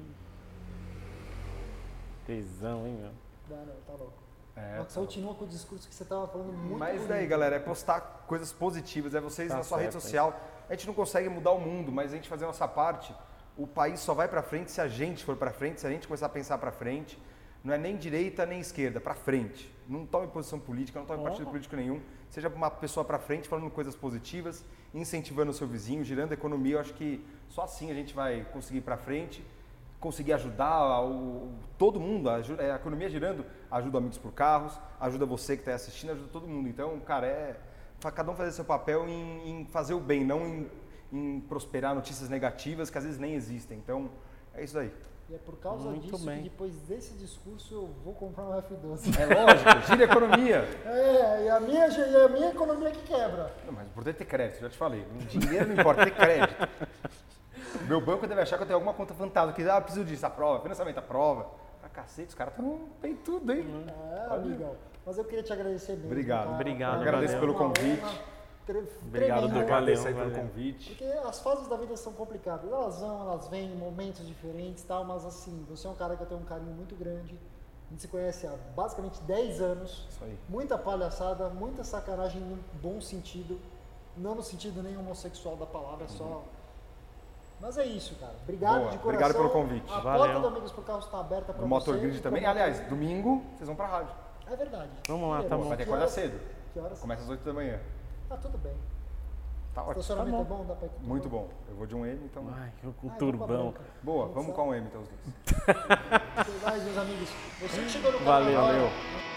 Tesão, hein, meu? Não, não, tá louco. É, Mas continua com o discurso que você tava falando muito Mas bonito. daí, galera, é postar coisas positivas, é vocês Tá na sua certo, rede social. A gente não consegue mudar o mundo, mas a gente fazer a nossa parte, o país só vai pra frente se a gente for pra frente, se a gente começar a pensar pra frente. Não é nem direita nem esquerda, pra frente. Não tome posição política, não tome partido político nenhum. Seja uma pessoa pra frente falando coisas positivas, incentivando o seu vizinho, girando a economia. Eu acho que só assim a gente vai conseguir ir pra frente conseguir ajudar o- todo mundo, aju- é, a economia girando, ajuda amigos por carros, ajuda você que está assistindo, ajuda todo mundo. Então, cara, é fa- cada um fazer seu papel em, em fazer o bem, não em, em prosperar notícias negativas que às vezes nem existem. Então, É isso aí. E é por causa Muito disso bem. que depois desse discurso eu vou comprar um F12. É *laughs* lógico, gira a economia. *laughs* É, e a minha, ge- e a minha economia que quebra. Não, mas o importante é ter crédito, já te falei. Dinheiro não importa, ter crédito. Meu banco deve achar que eu tenho alguma conta fantasma, que ah, preciso disso, aprova, financiamento aprova. Ah, cacete, os caras estão bem tudo, hein? É, Olha. amigão. Mas eu queria te agradecer mesmo. tá? Obrigado. Obrigado, Agradeço Foi pelo uma honra convite. tre- Obrigado, tremenda. Dudu. Valeu, Agradeço aí pelo valeu. convite. Porque as fases da vida são complicadas. Elas vão, elas vêm em momentos diferentes e tal, mas assim, você é um cara que eu tenho um carinho muito grande. A gente se conhece há basicamente 10 anos. Isso aí. Muita palhaçada, muita sacanagem no bom sentido. Não no sentido nem homossexual da palavra, só. Mas é isso, cara. Obrigado Uhum. Boa, de coração. obrigado pelo convite. A Valeu. porta do Amigos por Carros está aberta para No você. Motor Grid também. Como- Aliás, domingo vocês vão pra rádio. É verdade. Vamos lá, Que tá horas? bom. Vai ter que Que acordar horas? cedo. Que horas? Começa às 8 da manhã. Ah, tudo bem. Tá O ótimo. estacionamento bom. é bom, dá pra ir com Muito tudo. bom. Eu vou de um M, então. Ai, o Ah, eu vou turbão. com a branca. Boa, vamos com um M então os dois. Até mais, meus amigos. Você que chegou no canal Valeu, agora, valeu.